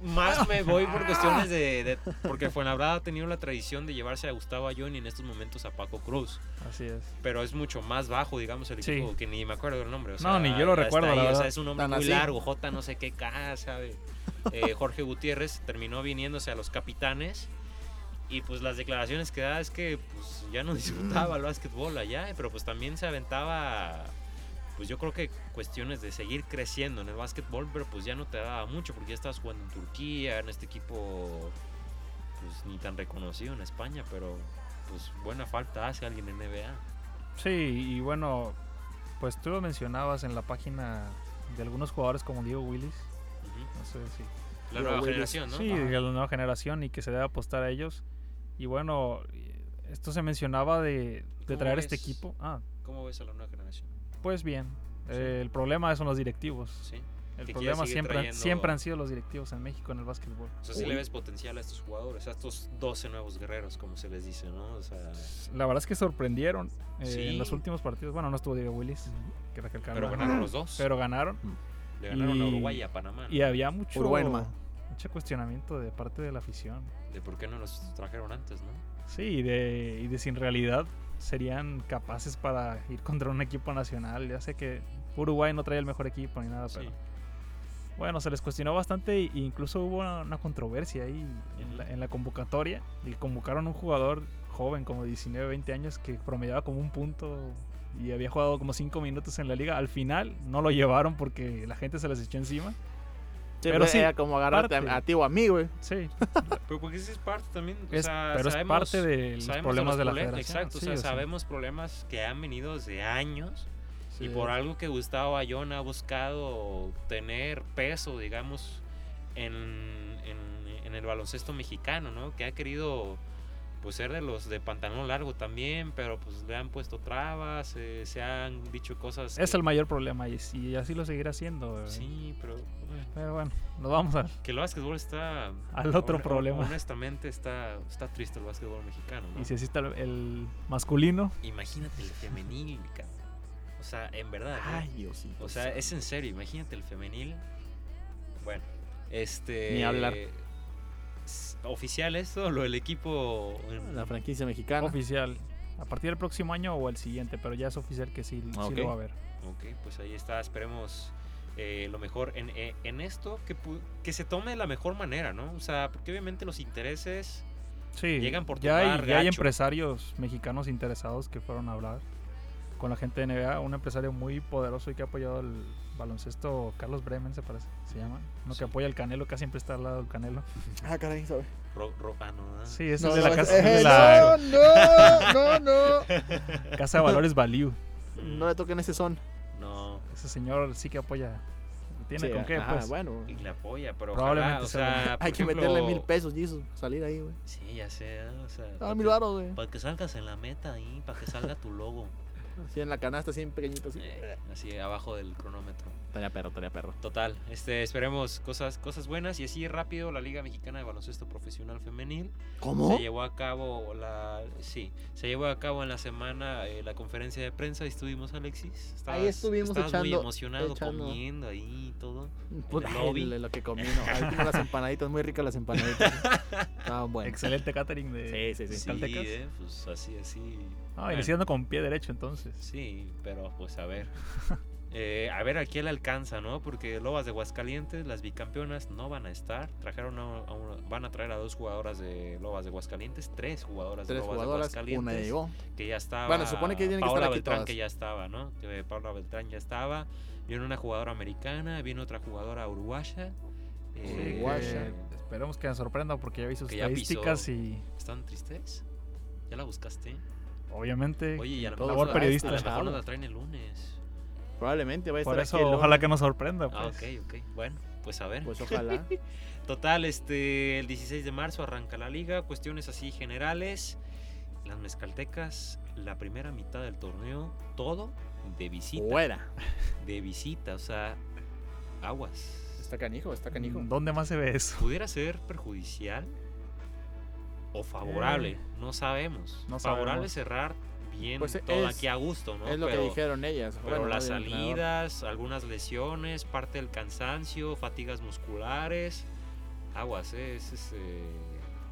Speaker 1: Más me voy por cuestiones de, de- Porque Fuenlabrada ha tenido la tradición de llevarse a Gustavo Ayón y en estos momentos a Paco Cruz.
Speaker 3: Así es.
Speaker 1: Pero es mucho más bajo, digamos, el
Speaker 3: Sí.
Speaker 1: equipo, que ni me acuerdo el nombre. o
Speaker 3: No,
Speaker 1: sea,
Speaker 3: ni yo lo
Speaker 1: está
Speaker 3: recuerdo, la
Speaker 1: ahí, O
Speaker 3: verdad.
Speaker 1: sea, es un nombre
Speaker 2: Tan
Speaker 1: muy
Speaker 2: así.
Speaker 1: largo, J no sé qué K, ¿sabe? Eh, Jorge Gutiérrez terminó viniéndose a los capitanes. Y pues las declaraciones que da es que pues, ya no disfrutaba el básquetbol allá, pero pues también se aventaba, pues yo creo que cuestiones de seguir creciendo en el básquetbol, pero pues ya no te daba mucho porque ya estabas jugando en Turquía, en este equipo pues ni tan reconocido en España, pero pues buena falta hace alguien en NBA.
Speaker 3: Sí, y bueno, pues tú lo mencionabas en la página de algunos jugadores como Diego Willis.
Speaker 1: Ujú.
Speaker 3: No sé si
Speaker 1: La
Speaker 2: Pero,
Speaker 1: nueva
Speaker 2: güey,
Speaker 1: generación, ¿no?
Speaker 3: Sí,
Speaker 2: Ajá.
Speaker 3: de la nueva generación y que se debe apostar a ellos. Y bueno, esto se mencionaba de, de
Speaker 1: ¿Cómo
Speaker 3: traer este
Speaker 1: ves?
Speaker 3: equipo. Ah,
Speaker 1: ¿Cómo ves a la nueva generación?
Speaker 3: pues bien.
Speaker 1: Sí.
Speaker 3: Eh, el problema son los directivos.
Speaker 1: Sí.
Speaker 3: El
Speaker 1: Que ya
Speaker 3: problema
Speaker 1: sigue
Speaker 3: siempre, han-
Speaker 1: trayendo-
Speaker 3: siempre han sido los directivos en México en el básquetbol.
Speaker 1: O sea, sí le ves potencial a estos jugadores, a estos 12 nuevos guerreros, como se les dice, ¿no? O sea,
Speaker 3: La verdad es que sorprendieron eh,
Speaker 1: Sí.
Speaker 3: en los últimos partidos. Bueno, no estuvo Diego Willis, que era el que
Speaker 1: pero
Speaker 3: ganó.
Speaker 1: ganaron los dos.
Speaker 3: Pero ganaron.
Speaker 1: le ganaron a
Speaker 3: y-
Speaker 1: Uruguay y a Panamá. ¿no?
Speaker 3: Y había mucho,
Speaker 2: Uruguay nomás.
Speaker 3: mucho cuestionamiento de parte de la afición.
Speaker 1: De por qué no los trajeron antes, ¿no?
Speaker 3: Sí, y de, y de sin realidad serían capaces para ir contra un equipo nacional. Ya sé que Uruguay no trae el mejor equipo ni nada,
Speaker 1: Sí.
Speaker 3: Ah, pero bueno, se les cuestionó bastante e incluso hubo una, una controversia ahí en la, en la convocatoria. Y convocaron a un jugador joven, como de 19, 20 años, que promediaba como un punto y había jugado como 5 minutos en la liga. Al final no lo llevaron porque la gente se les echó encima.
Speaker 2: pero
Speaker 3: sí,
Speaker 2: sí, era como agarrarte
Speaker 3: parte.
Speaker 2: a, a ti o a mí, güey.
Speaker 3: Sí,
Speaker 1: Pero porque esa es parte también. o
Speaker 3: es-
Speaker 1: sea,
Speaker 3: pero
Speaker 1: sabemos-
Speaker 3: es parte de los
Speaker 1: sabemos
Speaker 3: problemas de la
Speaker 1: proble-
Speaker 3: federación.
Speaker 1: Exacto,
Speaker 3: sí,
Speaker 1: o sea,
Speaker 3: o sea,
Speaker 1: sabemos problemas que han venido desde años y
Speaker 2: Sí.
Speaker 3: Eh,
Speaker 1: por algo que Gustavo Ayón ha buscado tener peso, digamos, en, en- en el baloncesto mexicano, ¿no? Que ha querido pues ser de los de pantalón largo también, pero pues le han puesto trabas, eh, se han dicho cosas.
Speaker 3: Es
Speaker 1: que-
Speaker 3: el mayor problema y, y así lo seguirá eh. haciendo. güey.
Speaker 1: Sí, pero bueno,
Speaker 3: Pero bueno, nos vamos a...
Speaker 1: que el básquetbol está
Speaker 3: Al otro
Speaker 1: hon-
Speaker 3: problema.
Speaker 1: Honestamente está está triste el básquetbol mexicano, ¿no?
Speaker 3: Y si así está el- el masculino,
Speaker 1: Imagínate el femenil, cabrón. O sea, en verdad. ¿eh? ¿no?
Speaker 2: Ay, Dios
Speaker 1: o sea, es en serio, imagínate el femenil. Bueno, este.
Speaker 2: Ni hablar.
Speaker 1: s- Oficial esto, lo del equipo. en-
Speaker 2: La franquicia mexicana.
Speaker 3: oficial. A partir del próximo año o el siguiente, pero ya es oficial que sí, sí
Speaker 2: Ah, ok.
Speaker 3: lo va a haber.
Speaker 1: Ok, pues ahí está, esperemos. eh, lo mejor en, eh, en esto que, pu- que se tome de la mejor manera, ¿no? O sea, porque obviamente los intereses.
Speaker 3: Sí,
Speaker 1: Llegan por
Speaker 3: ya, hay,
Speaker 1: tumbar
Speaker 3: ya hay
Speaker 1: gacho.
Speaker 3: empresarios mexicanos interesados que fueron a hablar con la gente de NBA. Un empresario muy poderoso y que ha apoyado el baloncesto, Carlos Bremen, se parece, se llama. Uno
Speaker 1: Sí.
Speaker 3: que apoya al Canelo, casi siempre está al lado del Canelo.
Speaker 2: Ah, caray, ¿sabes?
Speaker 1: Ro, ro- ah, no, ah.
Speaker 3: Sí, es
Speaker 2: No,
Speaker 3: el de
Speaker 2: no,
Speaker 3: la, casa,
Speaker 2: eh,
Speaker 3: de la
Speaker 2: no, no, no, no.
Speaker 3: Casa de Valores Value.
Speaker 1: Mm,
Speaker 2: No le toquen ese son.
Speaker 1: no.
Speaker 3: Ese señor sí que apoya. Tiene
Speaker 2: Sí,
Speaker 3: con qué,
Speaker 2: ajá,
Speaker 3: pues.
Speaker 2: bueno.
Speaker 1: Y ah, la apoya, pero.
Speaker 3: Probablemente
Speaker 1: Probablemente.
Speaker 3: sea lo-
Speaker 2: Hay que meterle mil pesos, Jesus, salir ahí, güey.
Speaker 1: Sí, ya sea. O sea
Speaker 2: Ah,
Speaker 1: lo
Speaker 2: mil
Speaker 1: que-
Speaker 2: baros, güey.
Speaker 1: Para que salgas en la meta ahí, para que salga tu logo.
Speaker 2: Así en la canasta, así en pequeñito, así.
Speaker 1: eh, así abajo del cronómetro.
Speaker 2: Estaría perro, estaría perro.
Speaker 1: Total, este, esperemos cosas, cosas buenas. Y así rápido, la Liga Mexicana de Baloncesto Profesional Femenil
Speaker 2: ¿Cómo?
Speaker 1: se llevó a cabo la. Sí, se llevó a cabo en la semana eh, la conferencia de prensa. Y estuvimos, Alexis. Estabas-
Speaker 2: estuvimos
Speaker 1: estabas muy
Speaker 2: echando-
Speaker 1: emocionado,
Speaker 2: echando-
Speaker 1: comiendo ahí y todo.
Speaker 2: Puta,
Speaker 1: el lobby.
Speaker 2: ay, lo que comí, no. Ahí como las empanaditas, muy ricas las empanaditas. Ah, Estaban buenas.
Speaker 3: Excelente catering de.
Speaker 2: Sí, sí, sí.
Speaker 1: Sí,
Speaker 3: ¿Toltecas?
Speaker 1: eh, pues así, así.
Speaker 3: Ah, y le
Speaker 1: Bueno.
Speaker 3: sigue dando con pie derecho entonces.
Speaker 1: Sí, pero pues a ver. Eh, a ver a quién le alcanza, ¿no? Porque Lobas de Aguascalientes, las bicampeonas, no van a estar. Trajeron a, a una- van a traer a dos jugadoras de Lobas de Aguascalientes, tres jugadoras
Speaker 2: Tres
Speaker 1: de Lobas
Speaker 2: jugadoras,
Speaker 1: de
Speaker 2: una
Speaker 1: Aguascalientes.
Speaker 2: llegó.
Speaker 1: Que ya estaba.
Speaker 2: Bueno, se supone que tienen que
Speaker 1: Paola
Speaker 2: estar aquí
Speaker 1: Beltrán,
Speaker 2: todas.
Speaker 1: que ya estaba, ¿no? Que Paola Beltrán ya estaba. Vino una jugadora americana, vino otra jugadora uruguaya.
Speaker 3: Sí,
Speaker 1: eh,
Speaker 2: Uruguaya.
Speaker 3: que esperemos que nos sorprenda porque ya vi sus
Speaker 1: Que ya pisó.
Speaker 3: estadísticas y
Speaker 1: ¿Están tristes? ¿Ya la buscaste?
Speaker 3: obviamente.
Speaker 1: Oye, y a lo
Speaker 2: todo
Speaker 1: mejor,
Speaker 3: labor periodista.
Speaker 1: a lo mejor
Speaker 2: Claro.
Speaker 1: nos la traen el lunes.
Speaker 2: Probablemente va a estar
Speaker 3: por eso,
Speaker 2: aquí el lunes.
Speaker 3: ojalá que nos sorprenda. Pues.
Speaker 1: Ah, ok, ok. Bueno, pues a ver.
Speaker 2: Pues ojalá.
Speaker 1: Total, este, el 16 de marzo arranca la liga, cuestiones así generales. Las mezcaltecas, la primera mitad del torneo, todo de visita.
Speaker 2: Fuera.
Speaker 1: De visita, o sea, aguas.
Speaker 2: Está canijo, está canijo.
Speaker 3: Mm, ¿Dónde más se ve eso?
Speaker 1: ¿Pudiera ser perjudicial o favorable?
Speaker 3: Eh,
Speaker 1: no sabemos.
Speaker 3: no
Speaker 1: favorable
Speaker 3: sabemos.
Speaker 1: cerrar bien
Speaker 2: Pues
Speaker 1: todo
Speaker 2: es-
Speaker 1: aquí a gusto, ¿no?
Speaker 2: es lo
Speaker 1: Pero-
Speaker 2: que dijeron ellas.
Speaker 1: Pero
Speaker 2: Bueno,
Speaker 1: las
Speaker 2: no digo nada.
Speaker 1: salidas, algunas lesiones, parte del cansancio, fatigas musculares, aguas, eh, es, es, eh,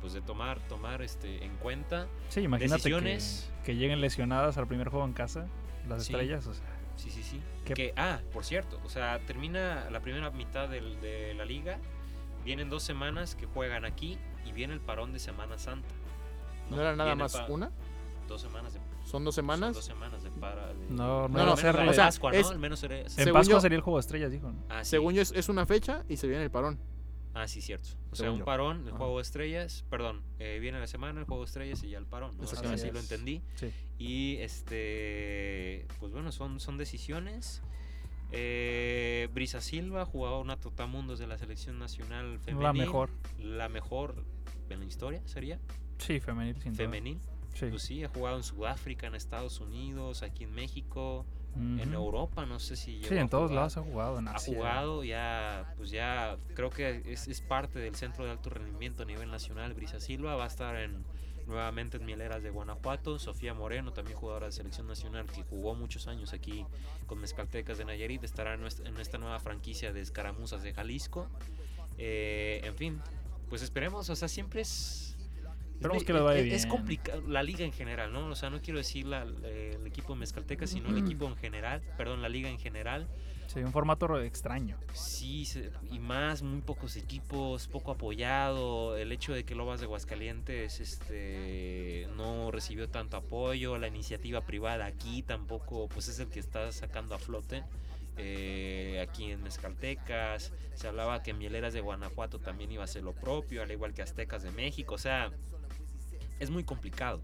Speaker 1: pues de tomar, tomar este, en cuenta.
Speaker 3: Sí, imagínate que,
Speaker 1: Decisiones.
Speaker 3: que lleguen lesionadas al primer juego en casa, las
Speaker 1: Sí.
Speaker 3: estrellas. O sea,
Speaker 1: Sí, sí, sí.
Speaker 3: ¿Qué-
Speaker 1: Que, ah, por cierto, o sea, termina la primera mitad del- de la liga, vienen dos semanas que juegan aquí y viene el parón de Semana Santa.
Speaker 2: ¿No era nada
Speaker 1: Viene
Speaker 2: más
Speaker 1: pa-
Speaker 2: una?
Speaker 1: Dos semanas de
Speaker 2: ¿Son dos
Speaker 1: son
Speaker 2: semanas?
Speaker 1: Dos semanas de para. de-
Speaker 3: No, no
Speaker 1: al
Speaker 3: era
Speaker 1: menos
Speaker 3: hacerlo.
Speaker 1: la de
Speaker 3: O sea,
Speaker 1: Pascua, ¿no?
Speaker 2: es-
Speaker 1: Al menos era-
Speaker 3: en
Speaker 2: Según
Speaker 3: Pascua
Speaker 2: yo-
Speaker 3: sería el juego de estrellas, dijo. ¿no?
Speaker 1: Ah, sí.
Speaker 2: Según yo, es, es una fecha y se viene el parón.
Speaker 1: Ah, sí, cierto. O sea,
Speaker 2: Según
Speaker 1: un
Speaker 2: yo.
Speaker 1: parón, el
Speaker 2: Ajá.
Speaker 1: juego de estrellas, perdón, eh, viene la semana, el juego de estrellas y ya el parón. ¿no? O sea,
Speaker 2: Exactamente.
Speaker 1: así lo entendí.
Speaker 3: Sí.
Speaker 1: Y este, pues bueno, son, son decisiones. Eh, Brisa Silva, jugador nato tamundos de la selección nacional femenil.
Speaker 3: La mejor.
Speaker 1: La mejor en la historia sería
Speaker 3: Sí, femenil, sin duda.
Speaker 1: femenil.
Speaker 3: Sí.
Speaker 1: Pues sí, ha jugado en Sudáfrica, en Estados Unidos, aquí en México, en
Speaker 3: Ujú.
Speaker 1: Europa, no sé si
Speaker 3: Sí,
Speaker 1: llegó a
Speaker 3: en todos
Speaker 1: jugar
Speaker 3: lados ha jugado. En
Speaker 1: ha
Speaker 3: Asia.
Speaker 1: jugado ya pues ya creo que es, es parte del centro de alto rendimiento a nivel nacional Brisa Silva va a estar en nuevamente en Mieleras de Guanajuato Sofía Moreno también jugadora de selección nacional que jugó muchos años aquí con Mezcaltecas de Nayarit estará en nuestra- en esta nueva franquicia de Escaramuzas de Jalisco Eh, en fin pues esperemos o sea siempre es
Speaker 3: Esperemos
Speaker 1: es-
Speaker 3: que les vaya
Speaker 1: es- Es
Speaker 3: bien.
Speaker 1: complicado, la liga en general, ¿no? O sea, no quiero decir la- eh, el equipo Mezcalteca, sino el equipo en general, perdón, la liga en general,
Speaker 3: Sí, un formato re- extraño.
Speaker 1: Sí, se- y más, muy pocos equipos, poco apoyado. El hecho de que Lobas de Aguascalientes este, no recibió tanto apoyo, la iniciativa privada aquí tampoco, pues es el que está sacando a flote eh, aquí en Mezcaltecas, se hablaba que Mieleras de Guanajuato también iba a hacer lo propio, al igual que Aztecas de México, o sea, es muy complicado.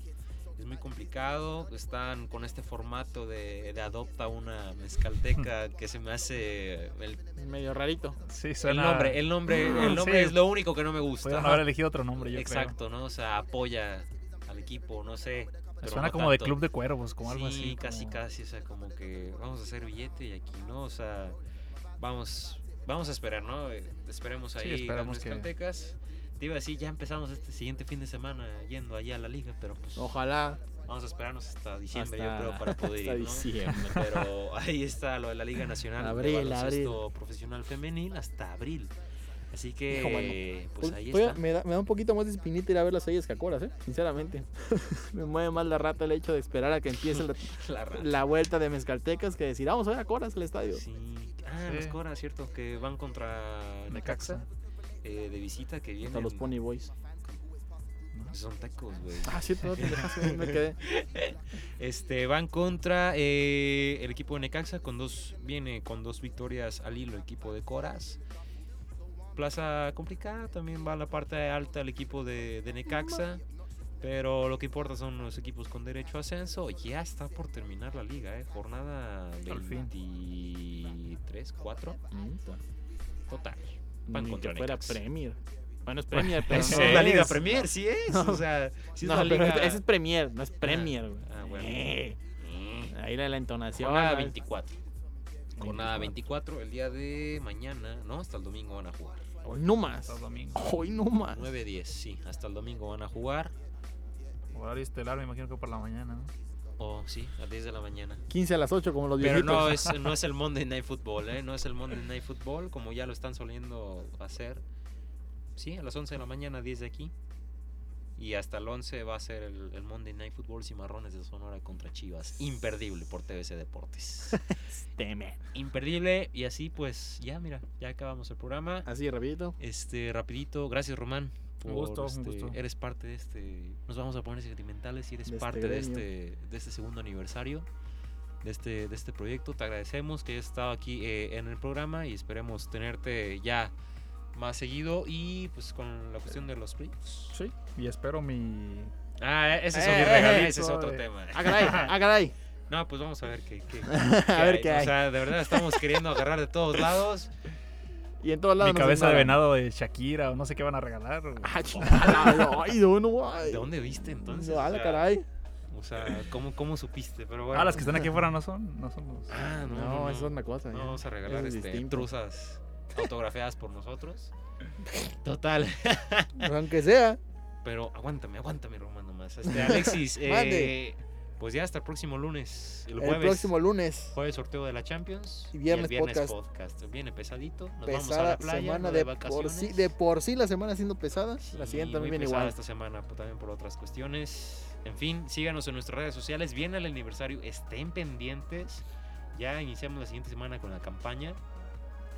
Speaker 1: Es muy complicado, están con este formato de, de adopta una mezcalteca que se me hace el,
Speaker 2: Medio rarito.
Speaker 3: Sí,
Speaker 1: el
Speaker 3: suena.
Speaker 1: nombre, el nombre, el
Speaker 3: Sí.
Speaker 1: nombre es lo único que no me gusta.
Speaker 3: Podrían haber elegido otro nombre, yo creo.
Speaker 1: Exacto, ¿no? O sea, apoya al equipo, no sé. pero
Speaker 3: Suena
Speaker 1: no
Speaker 3: como de
Speaker 1: tanto.
Speaker 3: club de cuervos, como algo
Speaker 1: sí,
Speaker 3: así.
Speaker 1: casi,
Speaker 3: como-
Speaker 1: casi, o sea, como que vamos a hacer billete y aquí, ¿no? O sea, vamos, vamos a esperar, ¿no? Eh, Esperemos
Speaker 3: Sí,
Speaker 1: ahí
Speaker 3: esperamos
Speaker 1: las
Speaker 3: que-
Speaker 1: Mezcaltecas. Te iba a decir, ya empezamos este siguiente fin de semana yendo allá a la liga, pero pues
Speaker 2: Ojalá.
Speaker 1: vamos a esperarnos hasta diciembre,
Speaker 2: Hasta-
Speaker 1: yo creo, para poder
Speaker 2: Hasta
Speaker 1: ir, ¿no?
Speaker 2: diciembre.
Speaker 1: Pero ahí está lo de la Liga Nacional
Speaker 2: Abril,
Speaker 1: de Baloncesto Profesional Femenil hasta abril. Así
Speaker 2: Hijo, mano.
Speaker 1: que, pues
Speaker 2: Pues,
Speaker 1: ahí
Speaker 2: todavía
Speaker 1: está.
Speaker 2: Me, da, me da un poquito más de espinita ir a ver las ellas cacoras, ¿eh? Sinceramente. me mueve más la rata el hecho de esperar a que empiece la,
Speaker 1: La rata.
Speaker 2: la vuelta de Mezcaltecas que decir, vamos a ver a Coras al estadio.
Speaker 1: Sí. Ah, los
Speaker 3: Sí.
Speaker 1: Cora, cierto, que van contra Necaxa eh, de visita que vienen.
Speaker 2: Hasta los Pony Boys.
Speaker 1: Son tacos, güey.
Speaker 2: Ah, cierto, no te dejas, ahí me quedé.
Speaker 1: Este, van contra eh, el equipo de Necaxa con dos viene con dos victorias al hilo equipo de Coras. Plaza complicada, también va a la parte alta el equipo de, de Necaxa. Pero lo que importa son los equipos con derecho a ascenso. Ya está por terminar la liga, ¿eh? Jornada
Speaker 3: Al fin.
Speaker 1: 23, 4. Total. Van
Speaker 2: Ni
Speaker 1: contra
Speaker 2: que fuera
Speaker 1: Necaxa.
Speaker 2: Premier. Bueno, es Premier, pero
Speaker 3: Eso
Speaker 1: Es
Speaker 2: no
Speaker 1: la
Speaker 2: es-
Speaker 1: Liga Premier, sí es. O sea, sí es
Speaker 2: No,
Speaker 1: la
Speaker 2: pero
Speaker 1: Liga.
Speaker 2: ese es Premier, no es Premier, güey.
Speaker 1: Ah, bueno.
Speaker 2: Eh,
Speaker 1: Mm.
Speaker 2: ahí la, la entonación. Ah,
Speaker 1: Jornada
Speaker 2: ¿no?
Speaker 1: 24. Jornada 24, el día de mañana, ¿no? Hasta el domingo van a jugar.
Speaker 2: Hoy no más.
Speaker 3: Sábado, domingo.
Speaker 2: Hoy no más.
Speaker 1: 9-10, Ah, sí, hasta el domingo van a jugar.
Speaker 3: Horario estelar, me imagino que por la mañana. ¿no?
Speaker 1: O sí, a 10 de la mañana.
Speaker 2: 15 a las 8 como los
Speaker 1: Pero
Speaker 2: viejitos.
Speaker 1: no es, no es el Monday Night Football, ¿eh? No es el Monday Night Football, como ya lo están soliendo hacer. Sí, a las 11 de la mañana, 10 de aquí. Y hasta el 11 va a ser el, el Monday Night Football Cimarrones de Sonora contra Chivas. Imperdible por TVC Deportes.
Speaker 2: Este, man.
Speaker 1: Imperdible. Y así, pues, ya, mira, ya acabamos el programa.
Speaker 2: Así, repito.
Speaker 1: Este, rapidito, gracias Román. por,
Speaker 3: Un gusto, un
Speaker 1: este,
Speaker 3: gusto.
Speaker 1: Eres parte de este. Nos vamos a poner sentimentales y eres
Speaker 2: De este
Speaker 1: parte de
Speaker 2: gremio.
Speaker 1: este, de este segundo aniversario de este, de este proyecto. Te agradecemos que hayas estado aquí eh, en el programa y esperemos tenerte ya más seguido. Y pues con la cuestión de los playoffs.
Speaker 3: Sí, y espero mi.
Speaker 1: Ah, eh, ese es,
Speaker 2: Eh,
Speaker 1: otro-
Speaker 2: eh,
Speaker 1: regalo,
Speaker 3: eh,
Speaker 1: ese es otro
Speaker 3: eh.
Speaker 1: tema.
Speaker 2: Ah, caray, ah, caray.
Speaker 1: No, pues vamos a ver qué, qué-
Speaker 2: A ver qué
Speaker 1: ¿no? O
Speaker 2: hay.
Speaker 1: sea, de verdad estamos queriendo agarrar de todos lados.
Speaker 2: Y en todos lados.
Speaker 3: Mi
Speaker 2: nos
Speaker 3: cabeza de
Speaker 2: ignoran.
Speaker 3: venado de Shakira, o no sé qué van a regalar. o-
Speaker 2: Ah, chingada. Ay, no, no, ay.
Speaker 1: ¿De dónde viste entonces?
Speaker 2: No,
Speaker 1: O
Speaker 2: a la
Speaker 1: sea,
Speaker 2: caray.
Speaker 1: O sea, ¿cómo, cómo supiste? Pero bueno.
Speaker 3: Ah, las que están aquí afuera no son. No son los.
Speaker 1: Ah, no,
Speaker 2: No,
Speaker 1: no, no.
Speaker 2: eso es una cosa.
Speaker 1: No,
Speaker 2: ya.
Speaker 1: vamos a regalar
Speaker 2: Eso es
Speaker 1: este,
Speaker 2: distinto.
Speaker 1: truzas autografiadas por nosotros. Total.
Speaker 2: Aunque sea.
Speaker 1: Pero aguántame, aguántame, Román, nomás. Este, Alexis, eh,
Speaker 2: Mande.
Speaker 1: pues ya hasta el próximo lunes. El
Speaker 2: El,
Speaker 1: jueves.
Speaker 2: próximo lunes.
Speaker 1: Jueves sorteo de la Champions.
Speaker 2: Y
Speaker 1: el
Speaker 2: viernes
Speaker 1: viernes
Speaker 2: podcast.
Speaker 1: Viene pesadito. Nos vamos a
Speaker 2: pesada
Speaker 1: la playa.
Speaker 2: semana
Speaker 1: no de,
Speaker 2: de, por
Speaker 1: vacaciones.
Speaker 2: sí, de por sí la semana siendo pesada. la
Speaker 1: Sí,
Speaker 2: siguiente
Speaker 1: muy
Speaker 2: también viene
Speaker 1: pesada
Speaker 2: igual.
Speaker 1: esta semana pues, también por otras cuestiones. En fin, síganos en nuestras redes sociales. Viene el aniversario, estén pendientes. Ya iniciamos la siguiente semana con la campaña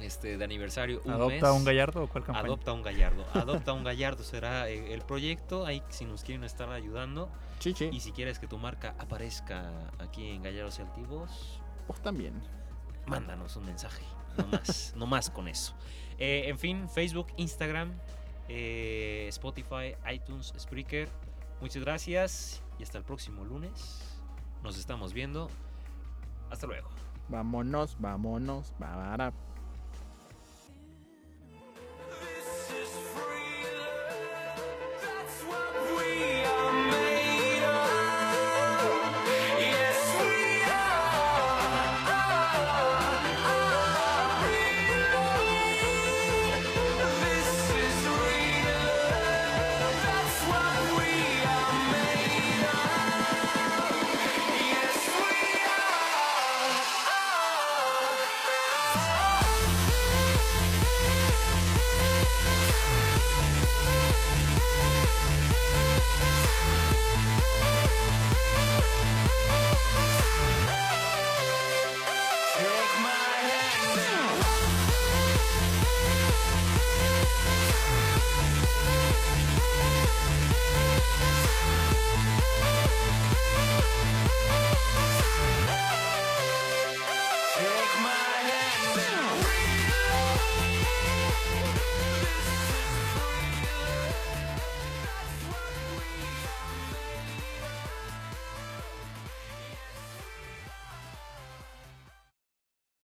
Speaker 1: este, de aniversario. Un
Speaker 3: ¿Adopta
Speaker 1: mes.
Speaker 3: un gallardo o cuál campaña?
Speaker 1: Adopta un gallardo. Adopta un gallardo será eh, el proyecto. Ahí si nos quieren estar ayudando.
Speaker 2: Chichi.
Speaker 1: Y si quieres que tu marca aparezca aquí en Gallardos y Altivos,
Speaker 2: Pues también.
Speaker 1: mándanos un mensaje. No más, no más con eso. Eh, en fin, Facebook, Instagram, eh, Spotify, iTunes, Spreaker. Muchas gracias y hasta el próximo lunes. Nos estamos viendo. Hasta luego.
Speaker 2: Vámonos, vámonos. Babara,